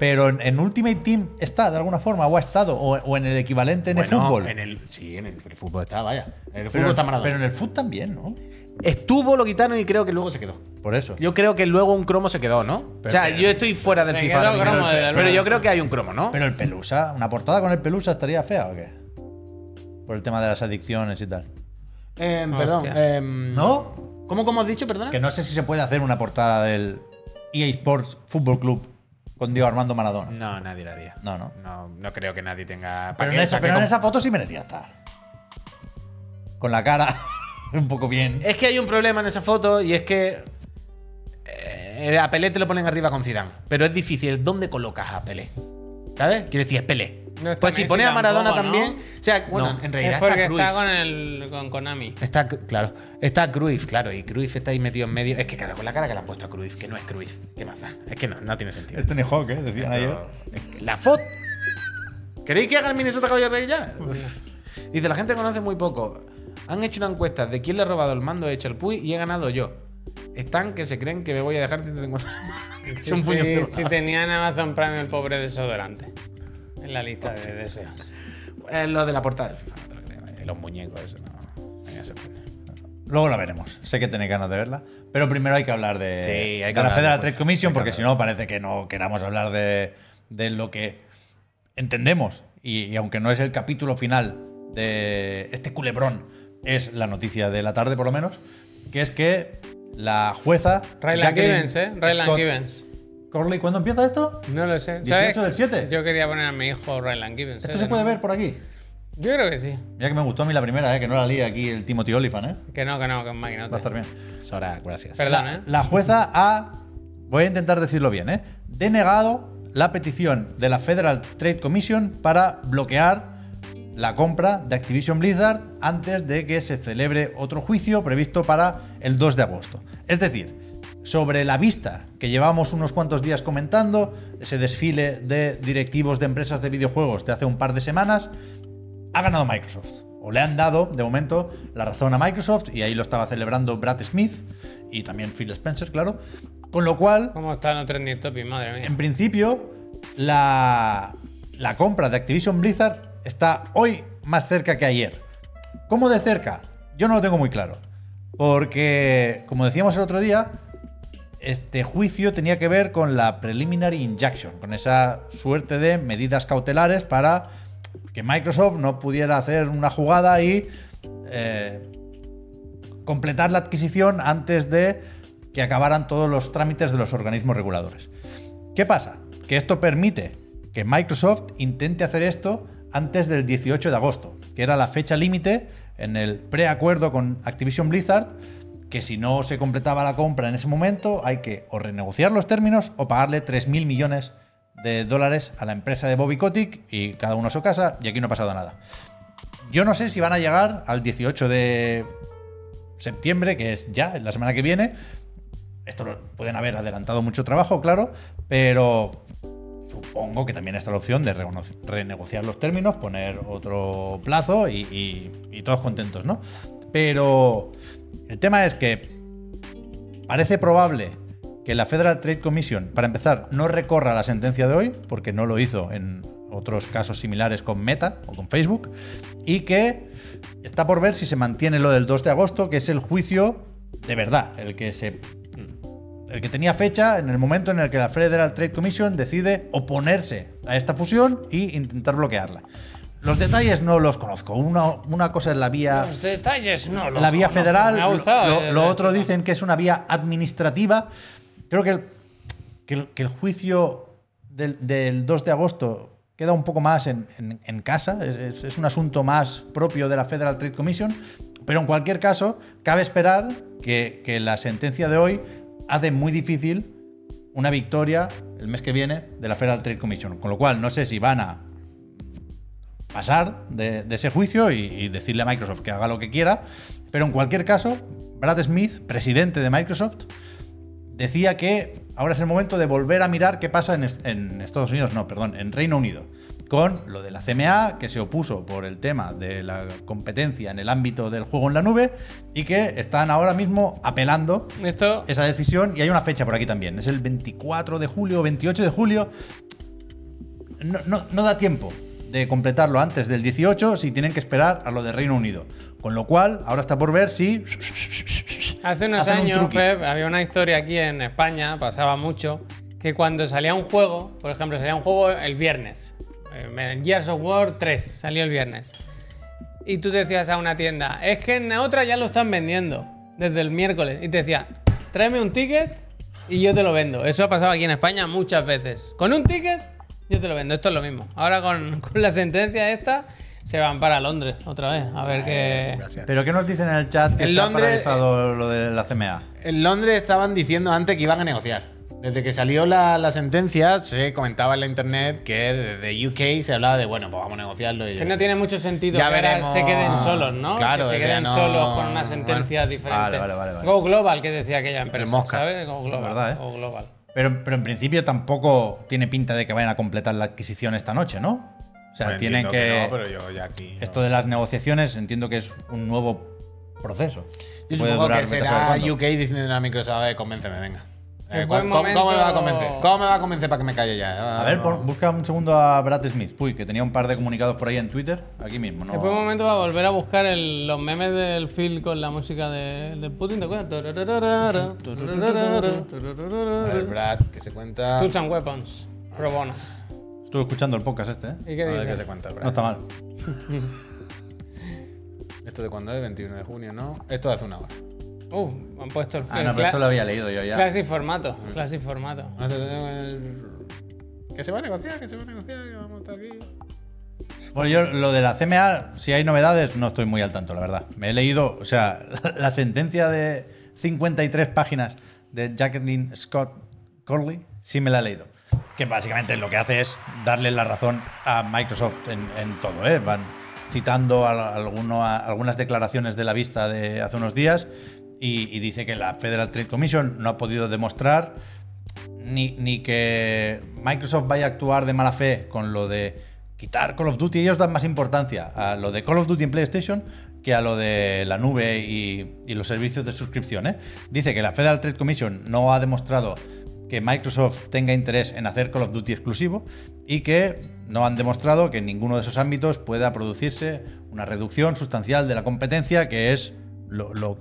Pero en, en Ultimate Team está de alguna forma, o ha estado, o, o en el equivalente en el Bueno, fútbol. En el, sí, en el, el fútbol está, vaya. En el fútbol pero, está Maradona. pero en el fútbol también, ¿no? Estuvo lo quitaron y creo que luego se quedó. Por eso. Yo creo que luego un cromo se quedó, ¿no? o sea, yo estoy fuera del Se FIFA. quedó ahora mismo. cromo, desde pero luego. yo creo que hay un cromo, ¿no? Pero el Pelusa, ¿una portada con el Pelusa estaría fea o qué? Por el tema de las adicciones y tal. Em, perdón. Oh, Hostia. em, ¿No? ¿Cómo, cómo has dicho, perdona? Que no sé si se puede hacer una portada del EA Sports Fútbol Club con Diego Armando Maradona. No, nadie lo haría. No, no. No, no creo que nadie tenga. Pero, ¿Para en qué- esa, para pero en qué esa foto sí merecía estar. Con la cara un poco bien. Es que hay un problema en esa foto y es que eh, a Pelé te lo ponen arriba con Zidane, pero es difícil dónde colocas a Pelé. ¿Sabes? Quiero decir, es Pelé. No está pues si Messi pones a Maradona tampoco, ¿no? también, o sea, bueno, en realidad es porque está Cruyff. está con, el, con Konami. Está, claro, está Cruyff, claro, y Cruyff está ahí metido en medio. Es que claro, con la cara que le han puesto a Cruyff, que no es Cruyff, qué más da? Es que no, no tiene sentido. Este ni Hawk, ¿eh? Decían ayer. Pero, es que La foto. ¿Queréis que haga el Minnesota Caballo Rey ya? Dice, la gente conoce muy poco. Han hecho una encuesta de quién le ha robado el mando de Chalpuy y he ganado yo. Están que se creen que me voy a dejar 150 que es un puño de si, verdad. si tenían Amazon Prime el pobre desodorante. En la lista de deseos. Eh, Lo de la portada del FIFA, no te lo creo, eh, Los muñecos, eso no. Venga, se puede. Luego la veremos. Sé que tenéis ganas de verla. Pero primero hay que hablar de, Sí, hay que de hablar la de Federal cosas. Trade Commission, porque si no parece que no queramos hablar de, de lo que entendemos. Y, y aunque no es el capítulo final de este culebrón, es la noticia de la tarde por lo menos, que es que la jueza... Raylan Jacqueline Givens, ¿eh? Raylan Scott Givens. Corley, ¿cuándo empieza esto? No lo sé. 18 del 7. Yo quería poner a mi hijo Raylan Givens. ¿Esto ¿eh? se De puede nombre. ver por aquí? Yo creo que sí. Mira que me gustó a mí la primera, eh, que no la lié aquí el Timothy Olyphant, ¿eh? Que no, que no, que es máquina. Va a estar bien. Sora, gracias. Perdón, ¿eh? La jueza ha, voy a intentar decirlo bien, ¿eh? denegado la petición de la Federal Trade Commission para bloquear la compra de Activision Blizzard antes de que se celebre otro juicio previsto para el 2 de agosto. Es decir, sobre la vista que llevamos unos cuantos días comentando, ese desfile de directivos de empresas de videojuegos de hace un par de semanas, ha ganado Microsoft. O le han dado, de momento, la razón a Microsoft, y ahí lo estaba celebrando Brad Smith y también Phil Spencer, claro. Con lo cual, ¿Cómo están los trending topics? Madre mía. en principio, la, la compra de Activision Blizzard está hoy más cerca que ayer. ¿Cómo de cerca? Yo no lo tengo muy claro. Porque, como decíamos el otro día, este juicio tenía que ver con la preliminary injunction, con esa suerte de medidas cautelares para que Microsoft no pudiera hacer una jugada y eh, completar la adquisición antes de que acabaran todos los trámites de los organismos reguladores. ¿Qué pasa? Que esto permite que Microsoft intente hacer esto antes del 18 de agosto, que era la fecha límite en el preacuerdo con Activision Blizzard, que si no se completaba la compra en ese momento, hay que o renegociar los términos o pagarle 3.000 millones de dólares a la empresa de Bobby Kotick y cada uno a su casa, y aquí no ha pasado nada. Yo no sé si van a llegar al 18 de septiembre, que es ya, la semana que viene. Esto lo pueden haber adelantado mucho trabajo, claro, pero supongo que también está la opción de renoci- renegociar los términos, poner otro plazo y, y- y todos contentos, ¿no? Pero el tema es que parece probable que la Federal Trade Commission, para empezar, no recorra la sentencia de hoy, porque no lo hizo en otros casos similares con Meta o con Facebook, y que está por ver si se mantiene lo del 2 de agosto, que es el juicio de verdad, el que se el que tenía fecha en el momento en el que la Federal Trade Commission decide oponerse a esta fusión y intentar bloquearla. Los detalles no los conozco. Una, una cosa es la vía Los detalles no los la vía conozco. federal, Me ha gustado, lo, eh, lo eh, otro eh, dicen que es una vía administrativa. Creo que el, que el, que el juicio del, del 2 de agosto queda un poco más en, en- en casa, es, es- es un asunto más propio de la Federal Trade Commission, pero en cualquier caso, cabe esperar que, que la sentencia de hoy hace muy difícil una victoria el mes que viene de la Federal Trade Commission. Con lo cual, no sé si van a pasar de, de ese juicio y, y decirle a Microsoft que haga lo que quiera. Pero en cualquier caso, Brad Smith, presidente de Microsoft, decía que ahora es el momento de volver a mirar qué pasa en, est- en Estados Unidos, no, perdón, en Reino Unido, con lo de la CMA, que se opuso por el tema de la competencia en el ámbito del juego en la nube y que están ahora mismo apelando Esto. esa decisión y hay una fecha por aquí también, es el 24 de julio, 28 de julio. No, no- no da tiempo de completarlo antes del 18 si tienen que esperar a lo de Reino Unido. Con lo cual, ahora está por ver si... Hace unos hacen un años, truqui. Pep, había una historia aquí en España, pasaba mucho, que cuando salía un juego, por ejemplo, salía un juego el viernes, eh, Gears of War 3, salió el viernes, y tú decías a una tienda, es que en la otra ya lo están vendiendo, desde el miércoles, y te decía, tráeme un ticket y yo te lo vendo. Eso ha pasado aquí en España muchas veces. Con un ticket, yo te lo vendo, esto es lo mismo. Ahora con, con la sentencia esta, se van para Londres otra vez, a ver qué... Pero ¿qué nos dicen en el chat que En se ha Londres, eh, paralizado lo de la CMA? En Londres estaban diciendo antes que iban a negociar. Desde que salió la, la sentencia, se comentaba en la internet que desde UK se hablaba de, bueno, pues vamos a negociarlo. Y yo Que qué no sé. tiene mucho sentido Ya que ahora veremos. se queden solos, ¿no? Claro, que se que queden no- solos con una sentencia diferente. Vale, vale, vale, vale. Go Global, que decía aquella empresa, mosca. ¿sabes? Go Global. verdad, ¿eh? Go Global. Pero, pero en principio tampoco tiene pinta de que vayan a completar la adquisición esta noche, ¿no? O sea, Pues tienen entiendo que... no, pero yo ya aquí. no. Esto de las negociaciones entiendo que es un nuevo proceso. Yo Puede supongo durar que vete a saber será cuándo. UK diciendo a Microsoft, a ver, convénceme, venga. En Eh, buen ¿cómo, cómo- cómo me va a momento- convencer? ¿Cómo me va a convencer para que me calle ya? A ver, pon- busca un segundo a Brad Smith, Uy, que tenía un par de comunicados por ahí en Twitter, aquí mismo, Después un ¿no? momento va a volver a buscar el- los memes del Phil con la música de, de Putin, ¿te acuerdas? Tarararara, tarararara, A ver, tarararara. Brad, que se cuenta. Tools and Weapons, pro bono. Estuve escuchando el podcast este, ¿eh? ¿Y A qué ver, que se dices? cuenta, Brad. No está mal. ¿Esto de cuándo es? 21 de junio, ¿no? Esto de hace una hora. Uh, me han puesto el Phil. Ah, no, pero esto lo había leído yo ya. Classic formato, classic formato. Que se va a negociar, que se va a negociar, que vamos a estar aquí. Bueno, yo lo de la CMA, si hay novedades, no estoy muy al tanto, la verdad. Me he leído, o sea, la sentencia de 53 páginas de Jacqueline Scott Corley, sí me la he leído. Que básicamente lo que hace es darle la razón a Microsoft en, en todo, ¿eh? Van citando a- alguno- a- algunas declaraciones de la vista de hace unos días y- y dice que la Federal Trade Commission no ha podido demostrar ni, ni que Microsoft vaya a actuar de mala fe con lo de quitar Call of Duty. Ellos dan más importancia a lo de Call of Duty en PlayStation que a lo de la nube y, y los servicios de suscripción. ¿eh? Dice que la Federal Trade Commission no ha demostrado que Microsoft tenga interés en hacer Call of Duty exclusivo y que no han demostrado que en ninguno de esos ámbitos pueda producirse una reducción sustancial de la competencia, que es lo, lo-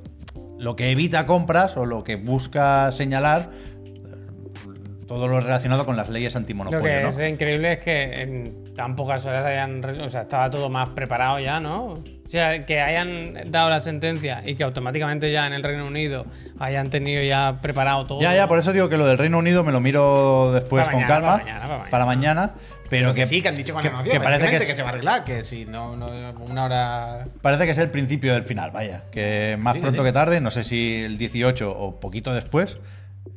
lo que evita compras o lo que busca señalar todo lo relacionado con las leyes Lo antimonopolio, que ¿no? es eh, increíble es que en tan pocas horas hayan. re- O sea, estaba todo más preparado ya, ¿no? O sea, que hayan dado la sentencia y que automáticamente ya en el Reino Unido hayan tenido ya preparado todo. Ya, ya, por eso digo que lo del Reino Unido me lo miro después Para con mañana, calma, para mañana, para mañana. mañana, pero que, sí, que han dicho con que- la que parece que, es- se va a arreglar, que si no, no una hora. parece que es el principio del final, vaya, que más Sí, pronto sí. que tarde, no sé si el 18 o poquito después,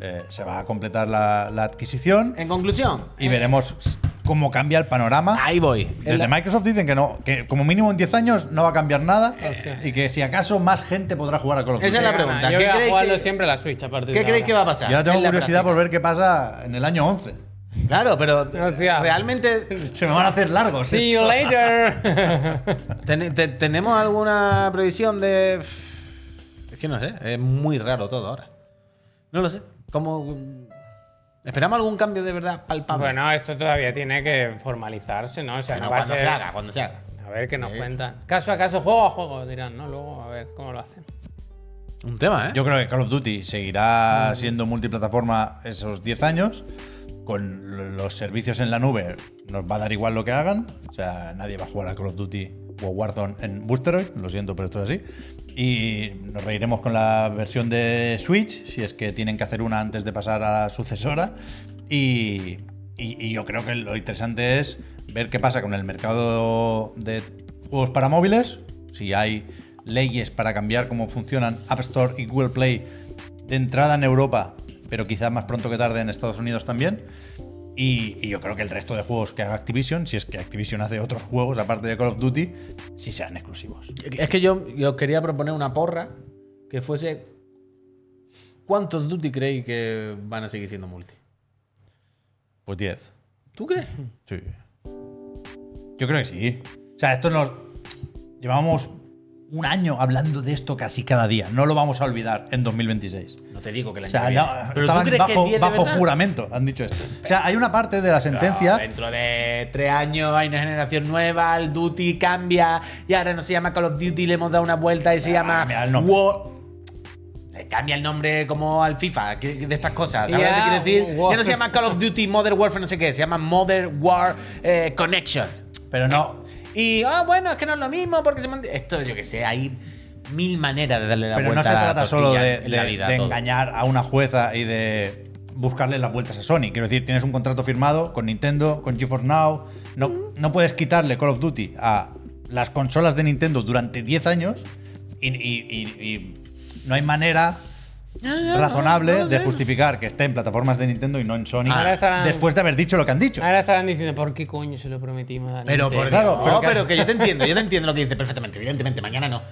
eh, se va a completar la, la adquisición En conclusión, y veremos cómo cambia el panorama. ahí voy. Desde Microsoft dicen que no, que como mínimo en 10 años no va a cambiar nada y que si acaso más gente podrá jugar a Call of Esa Duty. es la pregunta. Yo ¿Qué voy a creéis jugarlo que- siempre a la Switch a partir ¿Qué de creéis ahora. que va a pasar? Yo ahora tengo En la curiosidad por práctica. ver qué pasa en el año 11. Claro, pero Hostia. realmente. Se me van a hacer largos. ¿eh? See you later. ten- te- ¿Tenemos alguna previsión de.? Es que no sé, es muy raro todo ahora. No lo sé. ¿Cómo.? ¿Esperamos algún cambio de verdad palpable? bueno, esto todavía tiene que formalizarse, ¿no? O sea, Que no, no, va a cuando ser. se haga, cuando se haga. A ver qué nos Sí. cuentan. Caso a caso, juego a juego, dirán, ¿no? Luego, a ver cómo lo hacen. Un tema, ¿eh? Yo creo que Call of Duty seguirá siendo multiplataforma esos 10 años. Con l- los servicios en la nube nos va a dar igual lo que hagan. O sea, nadie va a jugar a Call of Duty o Warzone en Boosteroid. Lo siento, pero esto es así. Y nos reiremos con la versión de Switch, si es que tienen que hacer una antes de pasar a la sucesora. Y, y- y yo creo que lo interesante es ver qué pasa con el mercado de juegos para móviles. Si hay leyes para cambiar cómo funcionan App Store y Google Play de entrada en Europa, pero quizás más pronto que tarde en Estados Unidos también. Y, y yo creo que el resto de juegos que haga Activision, si es que Activision hace otros juegos aparte de Call of Duty, sí sean exclusivos. Es que yo, yo quería proponer una porra que fuese. ¿Cuántos duty creéis que van a seguir siendo multi? Pues 10. ¿Tú crees? Sí. Yo creo que sí. O sea, esto nos. Llevamos un año hablando de esto casi cada día. No lo vamos a olvidar en 2026. No te digo que la O sea, ya ¿Pero tú estaban crees que bajo, el 10 de bajo verdad? juramento, han dicho esto. O sea, hay una parte de la sentencia. Dentro de tres años hay una generación nueva, el Duty cambia y ahora no se llama Call of Duty, le hemos dado una vuelta y se llama Ah, mira el nombre. War- Le cambia el nombre como al FIFA, que- que de estas cosas. ¿Sabes lo Ya, que te quiero decir? War- Ya no se llama Call of Duty Modern Warfare, no sé qué, se llama Modern War eh, Connections. Pero no. Y, ah, bueno, es que no es lo mismo porque se mantiene. Esto, yo que sé, hay mil maneras de darle la Pero no vuelta se a la trata solo tortilla de, en la de- vida, de todo. engañar a una jueza y de buscarle las vueltas a Sony. Quiero decir, tienes un contrato firmado con Nintendo, con GeForce Now. No, no puedes quitarle Call of Duty a las consolas de Nintendo durante 10 años y, y- y- y no hay manera razonable de justificar que esté en plataformas de Nintendo y no en Sony Ahora estarán- después de haber dicho lo que han Ah. dicho. Ahora estarán diciendo, ¿por qué coño se lo prometimos? a Pero Nintendo?". por Claro, Dios, pero pero, que- que... yo te entiendo, yo te entiendo lo que dices perfectamente. Evidentemente, mañana no.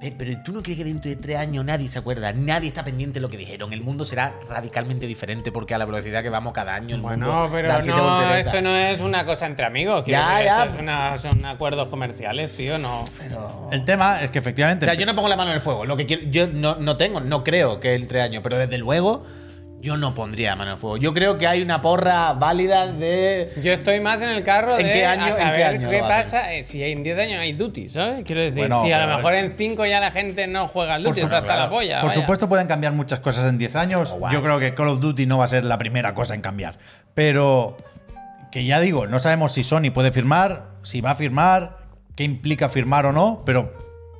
Pe- Pero tú no crees que dentro de tres años nadie se acuerda, nadie está pendiente de lo que dijeron. El mundo será radicalmente diferente porque a la velocidad que vamos cada año el Bueno, mundo pero da siete no, volteretas. esto no es una cosa entre amigos. quiero Ya, decir, ya. esto es una- son acuerdos comerciales, tío, no. El tema es que O efectivamente sea, yo no pongo la mano en el fuego. Lo que quiero- yo no, no tengo, no creo que el tres años, pero desde luego yo no pondría la mano en el fuego. Yo creo que hay una porra válida de Yo estoy más en el carro ¿En de qué año- en a qué saber año qué, lo hacen? pasa eh, si en 10 años hay duty, ¿sabes? Quiero decir, Bueno, si a pero lo mejor es- en 5 ya la gente no juega al duty, su- está hasta la polla. Por vaya. Oh, supuesto pueden cambiar muchas cosas en 10 años. Guau. Yo creo que Call of Duty no va a ser la primera cosa en cambiar. Pero que ya digo, no sabemos si Sony puede firmar, si va a firmar, qué implica firmar o no, pero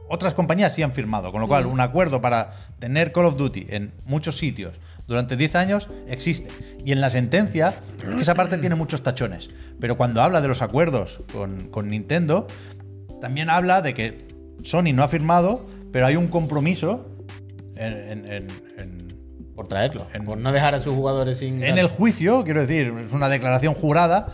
otras compañías sí han firmado. Con lo Mm. cual, un acuerdo para tener Call of Duty en muchos sitios durante 10 años existe. Y en la sentencia, es que esa parte tiene muchos tachones. Pero cuando habla de los acuerdos con, con Nintendo, también habla de que Sony no ha firmado, pero hay un compromiso en, en- en- en- por traerlo, En- por no dejar a sus jugadores sin en el juicio, quiero decir, es una declaración jurada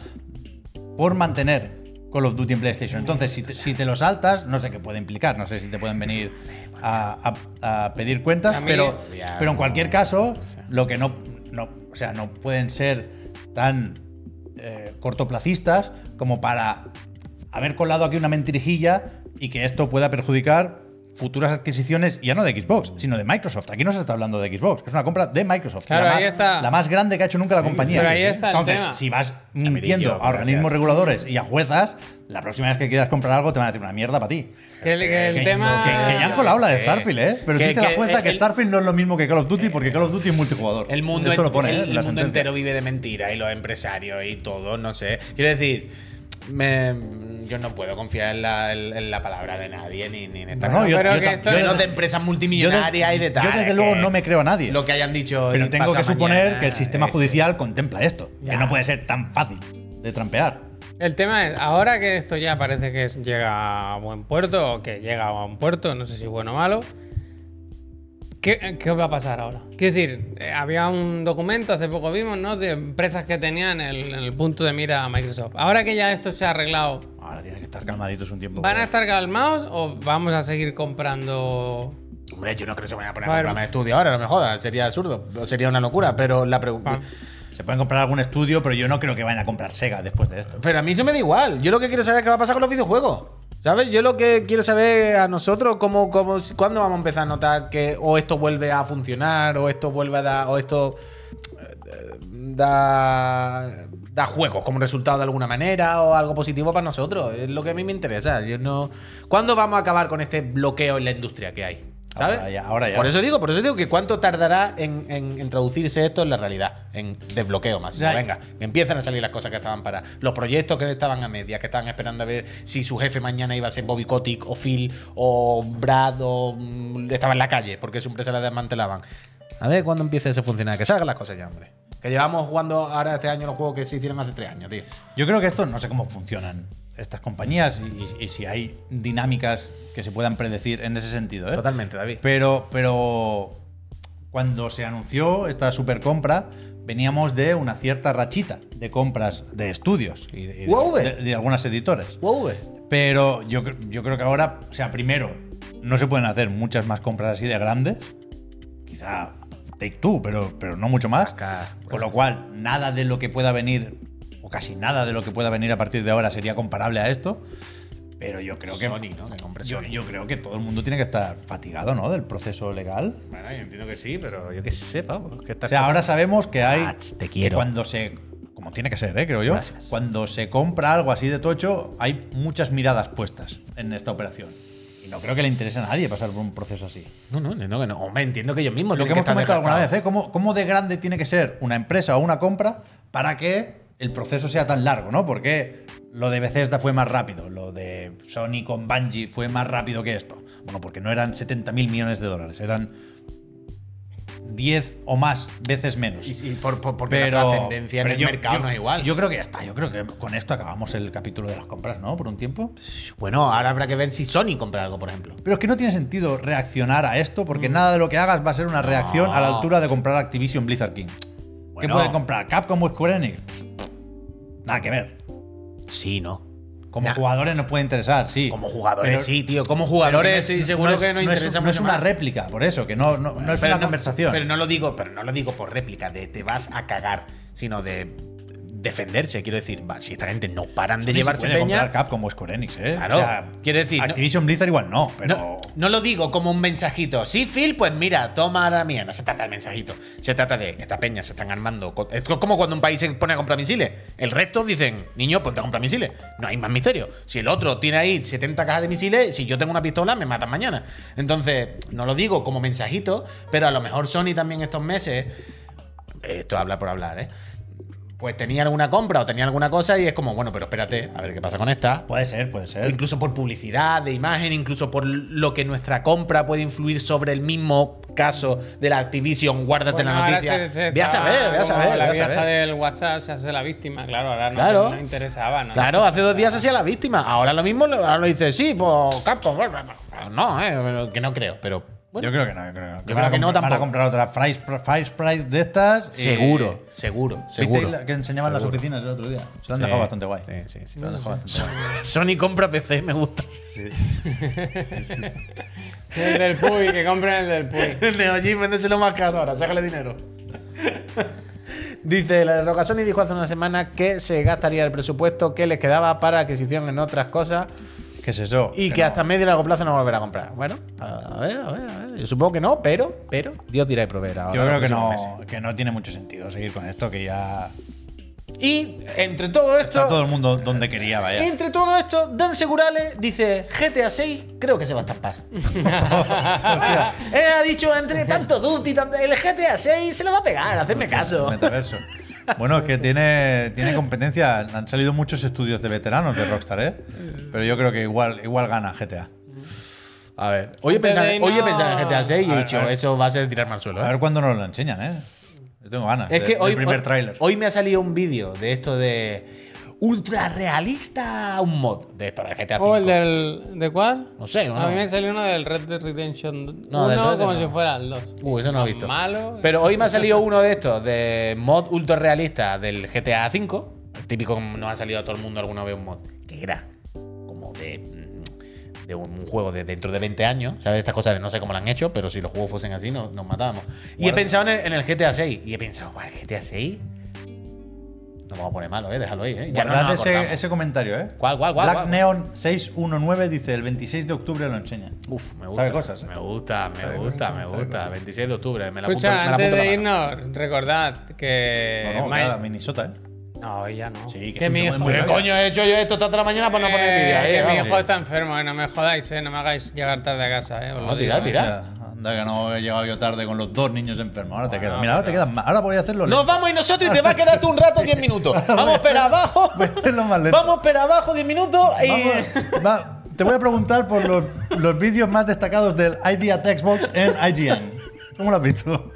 por mantener Call of Duty en PlayStation. Entonces, si te, si te lo saltas, no sé qué puede implicar, no sé si te pueden venir a, a- a pedir cuentas, A mí- pero, pero en cualquier caso, lo que no, no, o sea, no pueden ser tan eh, cortoplacistas como para haber colado aquí una mentirijilla y que esto pueda perjudicar futuras adquisiciones, ya no de Xbox, sino de Microsoft. Aquí no se está hablando de Xbox, es una compra de Microsoft. Claro, la, ahí más, está. la más grande que ha hecho nunca la compañía. pero ahí está el Entonces, tema. si vas mintiendo a organismos reguladores y a juezas, la próxima vez que quieras comprar algo te van a decir una mierda para ti. Que el, que el Que, tema. que- que ya han colado la de Starfield, ¿eh? Pero Que- dice que la jueza que el- Starfield no es lo mismo que Call of Duty Eh, porque Call of Duty es multijugador. El mundo, Esto lo ent- pone, el, ¿eh? el la mundo sentencia. entero vive de mentiras y los empresarios y todo, no sé. Quiero decir, me- yo no puedo confiar en la, en- en la palabra de nadie ni, ni en esta No, no, yo, Pero yo que tam- esto yo es- menos de desde- empresas yo de- multimillonarias y de tal. Yo es desde luego que no me creo a nadie. Lo que hayan dicho. Pero y tengo pasa que suponer mañana, que el sistema es- judicial contempla esto, que Ya. no puede ser tan fácil de trampear. El tema es, ahora que esto ya parece que es- llega a buen puerto, o que llega a buen puerto, no sé si bueno o malo, ¿qué, qué va a pasar ahora? Quiero decir, eh, había un documento, hace poco vimos, ¿no? De empresas que tenían el, en el punto de mira a Microsoft. Ahora que ya esto se ha arreglado, Ahora tienen que estar calmaditos un tiempo. ¿van a estar calmados o vamos a seguir comprando... Hombre, yo no creo que se vayan a poner A ver. un programa de estudio ahora, no me jodas. Sería absurdo. Sería una locura, pero la pregunta. Pam. Se pueden comprar algún estudio, pero yo no creo que vayan a comprar Sega después de esto. Pero a mí eso me da igual. Yo lo que quiero saber es qué va a pasar con los videojuegos. ¿Sabes? Yo lo que quiero saber a nosotros, cómo, cómo, si- cuándo vamos a empezar a notar que o esto vuelve a funcionar, o esto vuelve a dar, o esto eh, da, da juegos como resultado de alguna manera, o algo positivo para nosotros. Es lo que a mí me interesa. Yo no... ¿Cuándo vamos a acabar con este bloqueo en la industria que hay? ¿Sabes? Ahora ya, ahora ya. Por eso digo, por eso digo que cuánto tardará en, en- en traducirse esto en la realidad, en desbloqueo más. Ya. Venga, que empiezan a salir las cosas que estaban para los proyectos que estaban a medias, que estaban esperando a ver si su jefe mañana iba a ser Bobby Kotick o Phil o Brad o mm, estaba en la calle porque su empresa la desmantelaban. A ver cuándo empieza eso a funcionar, que salgan las cosas ya, hombre. Que llevamos jugando ahora este año los juegos que se hicieron hace tres años, tío. Yo creo que esto no sé cómo funcionan estas compañías y, y- y si hay dinámicas que se puedan predecir en ese sentido. ¿eh? Totalmente, David. Pero, pero cuando se anunció esta super compra, veníamos de una cierta rachita de compras de estudios y de, y de- UAV. de- de algunas editores. Wow. eh. Pero yo, cre- yo creo que ahora, o sea, primero, no se pueden hacer muchas más compras así de grandes. Quizá Take Two, pero, pero no mucho más. Acá, Con pues, lo cual, nada de lo que pueda venir, o casi nada de lo que pueda venir a partir de ahora sería comparable a esto. Pero yo creo que. Sony, ¿no? Que compre yo, Sony. yo creo que todo el mundo tiene que estar fatigado, ¿no? Del proceso legal. Bueno, yo entiendo que sí, pero yo qué sé, pavo. Que O sea, ahora sabemos que hay. Mats, te quiero. Cuando se. Como tiene que ser, ¿eh? creo yo. Gracias. Cuando se compra algo así de tocho, hay muchas miradas puestas en esta operación. Y no creo que le interese a nadie pasar por un proceso así. No, no, entiendo que no. Hombre, entiendo que ellos mismos. Lo que tienen hemos estar comentado alguna vez, desgastados. ¿eh? ¿Cómo, cómo de grande tiene que ser una empresa o una compra para que el proceso sea tan largo, ¿no? Porque lo de Bethesda fue más rápido, lo de Sony con Bungie fue más rápido que esto. Bueno, porque no eran 70 mil millones de dólares, eran 10 o más veces menos. Y, y por, por- porque la trascendencia en ¿eh? pero el yo- mercado yo- no es igual. Yo creo que ya está, yo creo que con esto acabamos el capítulo de las compras, ¿no? Por un tiempo. bueno, ahora habrá que ver si Sony compra algo, por ejemplo. Pero es que no tiene sentido reaccionar a esto porque nada de lo que hagas va a ser una reacción a la altura de comprar Activision Blizzard King. ¿Qué Bueno. puede comprar? ¿Capcom o Square Enix? Nada que ver. Sí, no. Como Nah. jugadores nos puede interesar, sí. Como jugadores, Pero- sí, tío. Como pero que no jugadores, es- sí, seguro es- que no, es- interesa No es mucho una más. réplica, por eso, que no, no, no es Pero una conversación. Pero no lo digo, pero no lo digo por réplica de te vas a cagar, sino de defenderse. Quiero decir, va, si esta gente no paran de Sony se llevarse puede peña. comprar Capcom o Square Enix, ¿eh? Claro, quiero decir, no- Activision Blizzard igual no, pero. No, no lo digo como un mensajito. Sí, Phil, pues mira, toma la mía. No se trata de mensajito. Se trata de esta peña se están armando. co- Es como cuando un país se pone a comprar misiles. El resto dicen, niño, ponte a comprar misiles. No hay más misterio. Si el otro tiene ahí 70 cajas de misiles, si yo tengo una pistola, me matan mañana. Entonces, no lo digo como mensajito, pero a lo mejor Sony también estos meses. Esto habla por hablar, ¿eh? Pues tenía alguna compra o tenía alguna cosa y es como, bueno, pero espérate, a ver qué pasa con esta. Puede ser, puede ser. Incluso por publicidad, de imagen, incluso por lo que nuestra compra puede influir sobre el mismo caso de la Activision, guárdate Bueno, la ahora noticia. se- se Ve a estaba saber, ve a como saber, ve La a vieja saber. del WhatsApp se hace la víctima, claro, ahora no, Claro. no interesaba. No Claro, hace dos días hacía la víctima. Ahora lo mismo lo- ahora lo dice, sí, pues Capcom. bla, bla, bla. No, eh, pero que no creo, pero bueno, yo creo que no, yo creo que no. Yo van a creo que no comprar- van a tampoco. comprar otra Price, Price Price de estas. y- seguro, seguro, eh, ¿Viste seguro. la que enseñaban las oficinas el otro día? Se lo han Sí, dejado bastante guay. Sí, sí, sí. Se lo han dejado bastante guay. Sony compra PC, me gusta. El del Puy, que compren el del Puy. El Neo Geo, véndeselo más caro ahora, sácale dinero. Dice, la Roca Sony dijo hace una semana que se gastaría el presupuesto que les quedaba para adquisición en otras cosas ¿Qué es eso? y que, no. hasta medio y largo plazo no volverá a comprar. Bueno, a ver, a ver, a ver. Yo supongo que no, pero, pero Dios dirá y proveerá. ahora Yo creo los que próximos meses. no, que no tiene mucho sentido seguir con esto, que ya Y entre todo esto, está todo el mundo donde quería, vaya. entre todo esto, Dan Segurale dice, GTA 6 creo que se va a estampar. Ah, eh, ha dicho, entre tanto Duty, tanto- el GTA 6 se lo va a pegar, hacedme caso. Metaverso. Bueno, es que tiene, tiene competencia. Han salido muchos estudios de veteranos de Rockstar, ¿eh? Pero yo creo que igual, igual gana GTA. A ver, hoy he, Antes pensado, de irnos- hoy he pensado en GTA 6 y A he ver, dicho, a ver. eso va a ser tirarme al suelo. A ¿eh? ver cuándo nos lo enseñan, ¿eh? Yo tengo ganas. Es de- que del hoy, primer hoy- tráiler. hoy me ha salido un vídeo de esto de ultra realista, un mod de esto de GTA 5. ¿O Oh, el del. ¿De cuál? No sé, uno- A mí me salió uno del Red Dead Redemption No, 1 del Red Dead como no. si fuera el 2. Uh, eso no lo he visto. Malo. Pero hoy me ha salido uno de estos de mod ultra realista del GTA 5, el típico que nos ha salido a todo el mundo alguna vez un mod, que era como de mm, de un juego de dentro de 20 años, ¿sabes? Estas cosas de no sé cómo lo han hecho, pero si los juegos fuesen así nos, nos matábamos. Y he pensado en el, en el GTA 6 y he pensado, "Buah, el GTA 6 no vamos a poner malo, eh, déjalo ahí, eh. Ya no Guardad nos ese, acordamos. ese comentario, ¿eh? ¿Cuál, cuál, cuál, Black cuál? Neon 619 dice el 26 de octubre lo enseñan. Uf, me Sabe gusta. cosas, ¿eh? Me gusta, me gusta, me gusta. 26 de octubre, me la apunto, me Escucha, la antes apunto en de la mano. irnos, recordad que. No, no, Eh, Mike- claro, Minnesota, ¿eh? No, ya no. Sí, que es que un mi chico hijo. muy ¿Qué Venga. coño he hecho yo esto toda la mañana para no poner Eh, vídeo? ahí, que mi vamos. hijo está enfermo, eh, no me jodáis, eh, no me hagáis llegar tarde a casa, eh. os lo No, digo, tirad, eh. tirad. Ya, Anda que no he llegado yo tarde con los dos niños enfermos. Ahora te quedas. Mira, ahora te quedas más. Ahora voy a hacerlo. Nos lento. vamos y nosotros y te vas a quedar tú un rato 10 minutos. Vamos para abajo. Voy a hacerlo más lento. Vamos para abajo 10 minutos y. Vamos, va, te voy a preguntar por los, los vídeos más destacados del Idea Textbox en IGN. ¿Cómo lo has visto?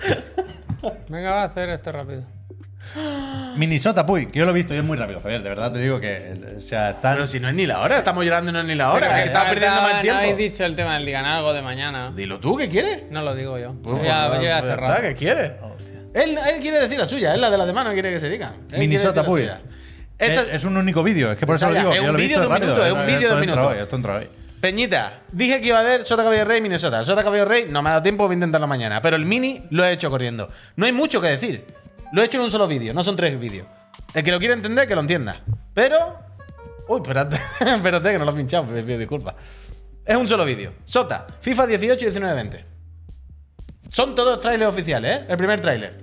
Venga, va a hacer esto rápido. Minnesota, puy, que yo lo he visto y es muy rápido, Javier, de verdad te digo que. eh, O sea, están. Pero si no es ni la hora, estamos llorando y no es ni la Pero hora. que estaba de perdiendo verdad más No habéis tiempo. dicho el tema del digan algo de mañana. Dilo tú, ¿qué quieres? No lo digo yo. Pues, yo ya, pues, yo ya he pues ya cerrado. está, ¿Qué quiere? Él, él quiere decir la suya, él la de las demás no quiere que se diga. Él quiere Minnesota, decir puy. la suya. Eh, Esto- es, es un único vídeo, es que por eso lo Exacto, digo. es que yo un lo he vídeo visto de un rápido, minuto, es eh, un no, vídeo de esto un entra minuto. hoy, esto entra hoy. Peñita, dije que iba a haber Sota Caballo Rey Minnesota. Sota Caballo Rey no me ha dado tiempo, voy a intentarlo mañana. Pero el mini lo he hecho corriendo. No hay mucho que decir. Lo he hecho en un solo vídeo, no son tres vídeos. El que lo quiera entender, que lo entienda. Pero. Uy, espérate, espérate que no lo he pinchado, me pido disculpas. Es un solo vídeo. Sota, FIFA 18 y 19 20. Son todos trailers oficiales, ¿eh? El primer tráiler.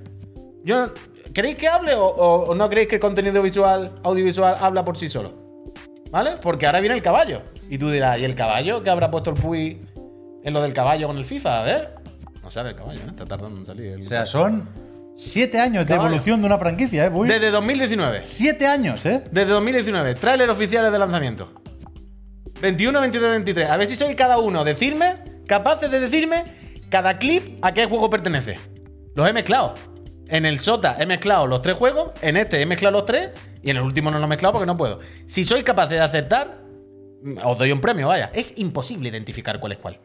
Yo, ¿Queréis que hable o, o- o no creéis que el contenido visual, audiovisual, habla por sí solo? ¿Vale? Porque ahora viene el caballo. Y tú dirás, ¿y el caballo que habrá puesto el Puy en lo del caballo con el FIFA? A ver. No sale el caballo, ¿eh? está tardando en salir. el- O sea, son siete años de Caballo. evolución de una franquicia, ¿eh? Puy? Desde 2019. Siete años, ¿eh? Desde 2019. Tráiler oficiales de lanzamiento. 21, 22, 23. A ver si sois cada uno decirme, capaces de decirme cada clip a qué juego pertenece. Los he mezclado. En el SOTA he mezclado los tres juegos, en este he mezclado los tres y en el último no lo he mezclado porque no puedo. Si sois capaces de acertar, mm, os doy un premio, vaya. Es imposible identificar cuál es cuál.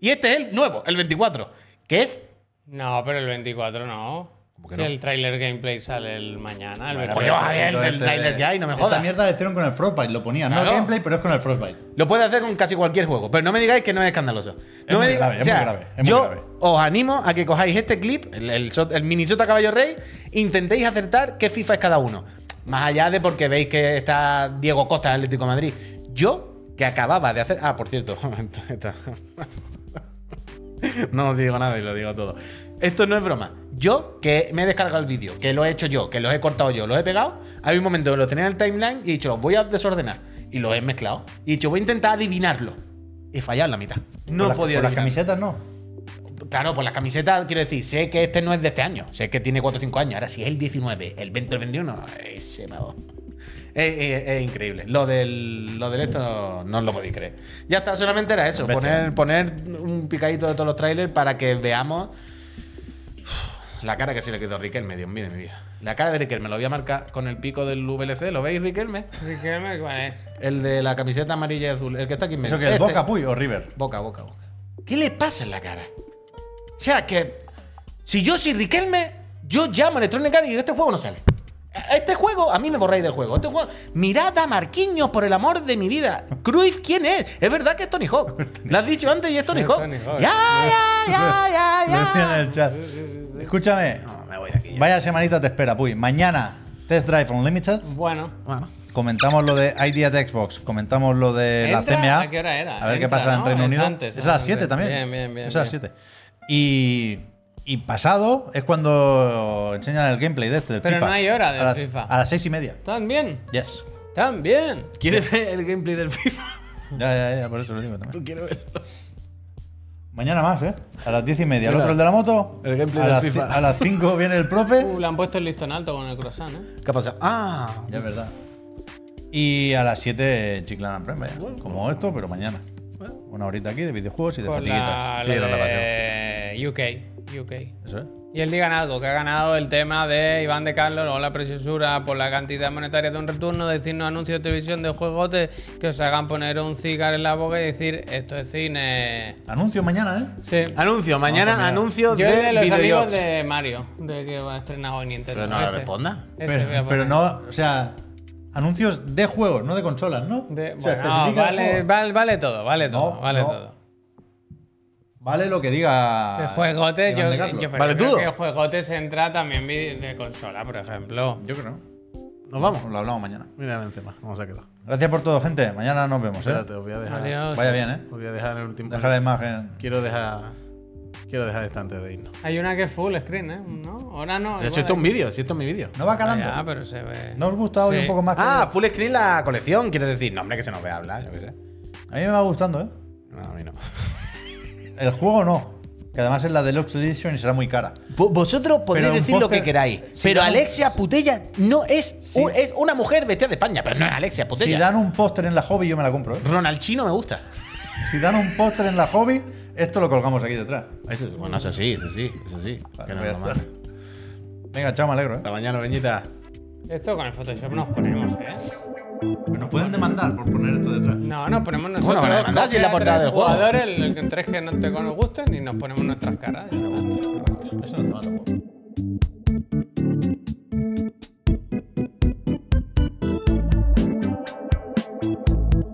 Y este es el nuevo, el 24, que es... No, pero el 24 no. que Si no? el trailer gameplay sale el mañana, el Bueno, 24. Coño, Javier, pero del este- tráiler que hay, no me Esta jodas. mierda la hicieron con el Frostbite, lo ponían. No Claro. gameplay, pero es con el Frostbite. Lo puede hacer con casi cualquier juego, pero no me digáis que no es escandaloso. No muy me diga- grave, es o sea, muy grave, es muy yo grave. os animo a que cojáis este clip, el, el, Sot- el mini Sota Caballo Rey, intentéis acertar qué FIFA es cada uno. Más allá de porque veis que está Diego Costa en Atlético de Madrid. Yo, que acababa de hacer. Ah, por cierto, esta- no os digo nada y lo digo todo. Esto no es broma. Yo, que me he descargado el vídeo, que lo he hecho yo, que los he cortado yo, los he pegado, hay un momento que lo tenía en el timeline y he dicho, los voy a desordenar. Y los he mezclado. Y he dicho, voy a intentar adivinarlo. He fallado en la mitad. No Con he las- podido con las adivinar. camisetas, no. Claro, pues las camisetas, quiero decir, sé que este no es de este año, sé que tiene 4 o 5 años. Ahora, si es el 19, el 20 o el 21, ese me va. Es, es- es increíble. Lo del, lo del esto no, no os lo podéis creer. Ya está, solamente era eso, poner, Bestia. poner un picadito de todos los trailers para que veamos la cara que se le quedó a Riquelme, Dios mío de mi vida. La cara de Riquelme, lo voy a marcar con el pico del VLC, ¿lo veis, Riquelme? Así que me- ¿cuál es? El de la camiseta amarilla y azul, el que está aquí en medio. Eso que es Este. Boca, Puy o River. Boca, boca, boca. ¿Qué le pasa en la cara? O sea, que si yo soy Riquelme, yo llamo a Electronic Arts y digo, este juego no sale. A- Este juego, a mí me borráis del juego. Este juego, mirad a Marquinhos, por el amor de mi vida. Cruyff, ¿quién es? Es verdad que es Tony Hawk. Lo has dicho antes y es Tony Es Hawk. Tony Hawk. Ya, ya, ya, ya, Lo decían en ya. el chat. Escúchame. No, me voy de aquí. ya. Vaya semanita te espera, Puy. Mañana, Test Drive Unlimited. Bueno. Bueno, Comentamos lo de Ideas de Xbox. Comentamos lo de ¿Entra? la CMA. ¿A qué hora era? A ver qué Entra, pasa en ¿no? Reino Es Unido. antes, es a las antes. 7 también. Bien, bien, bien, Es a las bien. 7. Y, y pasado es cuando enseñan el gameplay de este, del Pero FIFA. no hay hora del a las, FIFA. A las 6 y media. También. Yes. También. ¿quieres ver el gameplay del FIFA? Ya, ya, ya, por eso lo digo también. Quiero verlo. Mañana más, ¿eh? A las 10 y media. El Mira. otro, el de la moto. El gameplay a del las FIFA. ci- A las 5 viene el profe. Uh, le han puesto el listón alto con el croissant, ¿eh? ¿Qué ha pasado? Ah, Ya es verdad. Y a las 7 Chiclana Prem, vaya. Como esto, pero mañana. Una horita aquí de videojuegos y de Con fatiguitas. la, lo Piedra en la de UK. UK. Eso ¿eh? es. Y el Digan Algo, que ha ganado el tema de Iván de Carlos, o la preciosura por la cantidad monetaria de un retorno, decirnos anuncios de televisión de juegos de- que os hagan poner un cigar en la boca y decir, esto es cine. Anuncio mañana, ¿eh? Sí. Anuncio, mañana mira. anuncio Yo es de de los amigos videojuegos. de Mario, de que va a estrenar hoy Nintendo. Pero no le Ese. responda. Ese voy Pero, a poner. pero no, o sea, anuncios de juegos, no de consolas, ¿no? De- O sea, bueno, especifica el vale, juego. vale, vale todo, vale No, todo, vale no. todo. Vale lo que diga. Ah, De juegote, Iván yo, de Carlos. yo pero Vale creo todo. que juegote se entra también vi- de consola, por ejemplo. Yo creo. Nos vamos. Lo hablamos mañana. Mira Benzema, cómo se ha quedado. Gracias por todo, gente. Mañana nos vemos, ¿eh? Espérate, os voy a dejar. Adiós. Vaya bien, ¿eh? Os voy a dejar el último. Deja la imagen. Quiero dejar. Quiero dejar esta antes de irnos. Hay una que es full screen, ¿eh? ¿No? Ahora no. Si igual esto es un hay- vídeo, si esto es mi vídeo. No va calando. Ah, pero se ve. ¿No os gusta hoy Sí. un poco más? que- Ah, full screen la colección, quieres decir. No, hombre, que se nos vea hablar, yo qué sé. A mí me va gustando, ¿eh? No, a mí no. El juego no. Que además es la Deluxe Edition y será muy cara. Vosotros Pero podéis un decir lo póster- que queráis, si pero dan- Alexia Putella no es, Sí. u- es una mujer vestida de España, pero no es Alexia Si Putella. dan un póster en la hobby, yo me la compro. ¿eh? Ronald Chino me gusta. Si dan un póster en la hobby, esto lo colgamos aquí detrás. Eso, bueno, eso sí, eso sí, eso sí. Vale, que no voy es a normal. hacer. Venga, chao, me alegro, ¿eh? Hasta mañana, Peñita. Esto con el Photoshop nos ponemos, ¿eh? Nos pueden demandar por poner esto detrás. No, nos ponemos nosotros. me la mandas coge y es la a portada tres del juego. jugadores, el, el tres que no te nos gusten y nos ponemos nuestras caras. ya está. Eso no te manda, pues.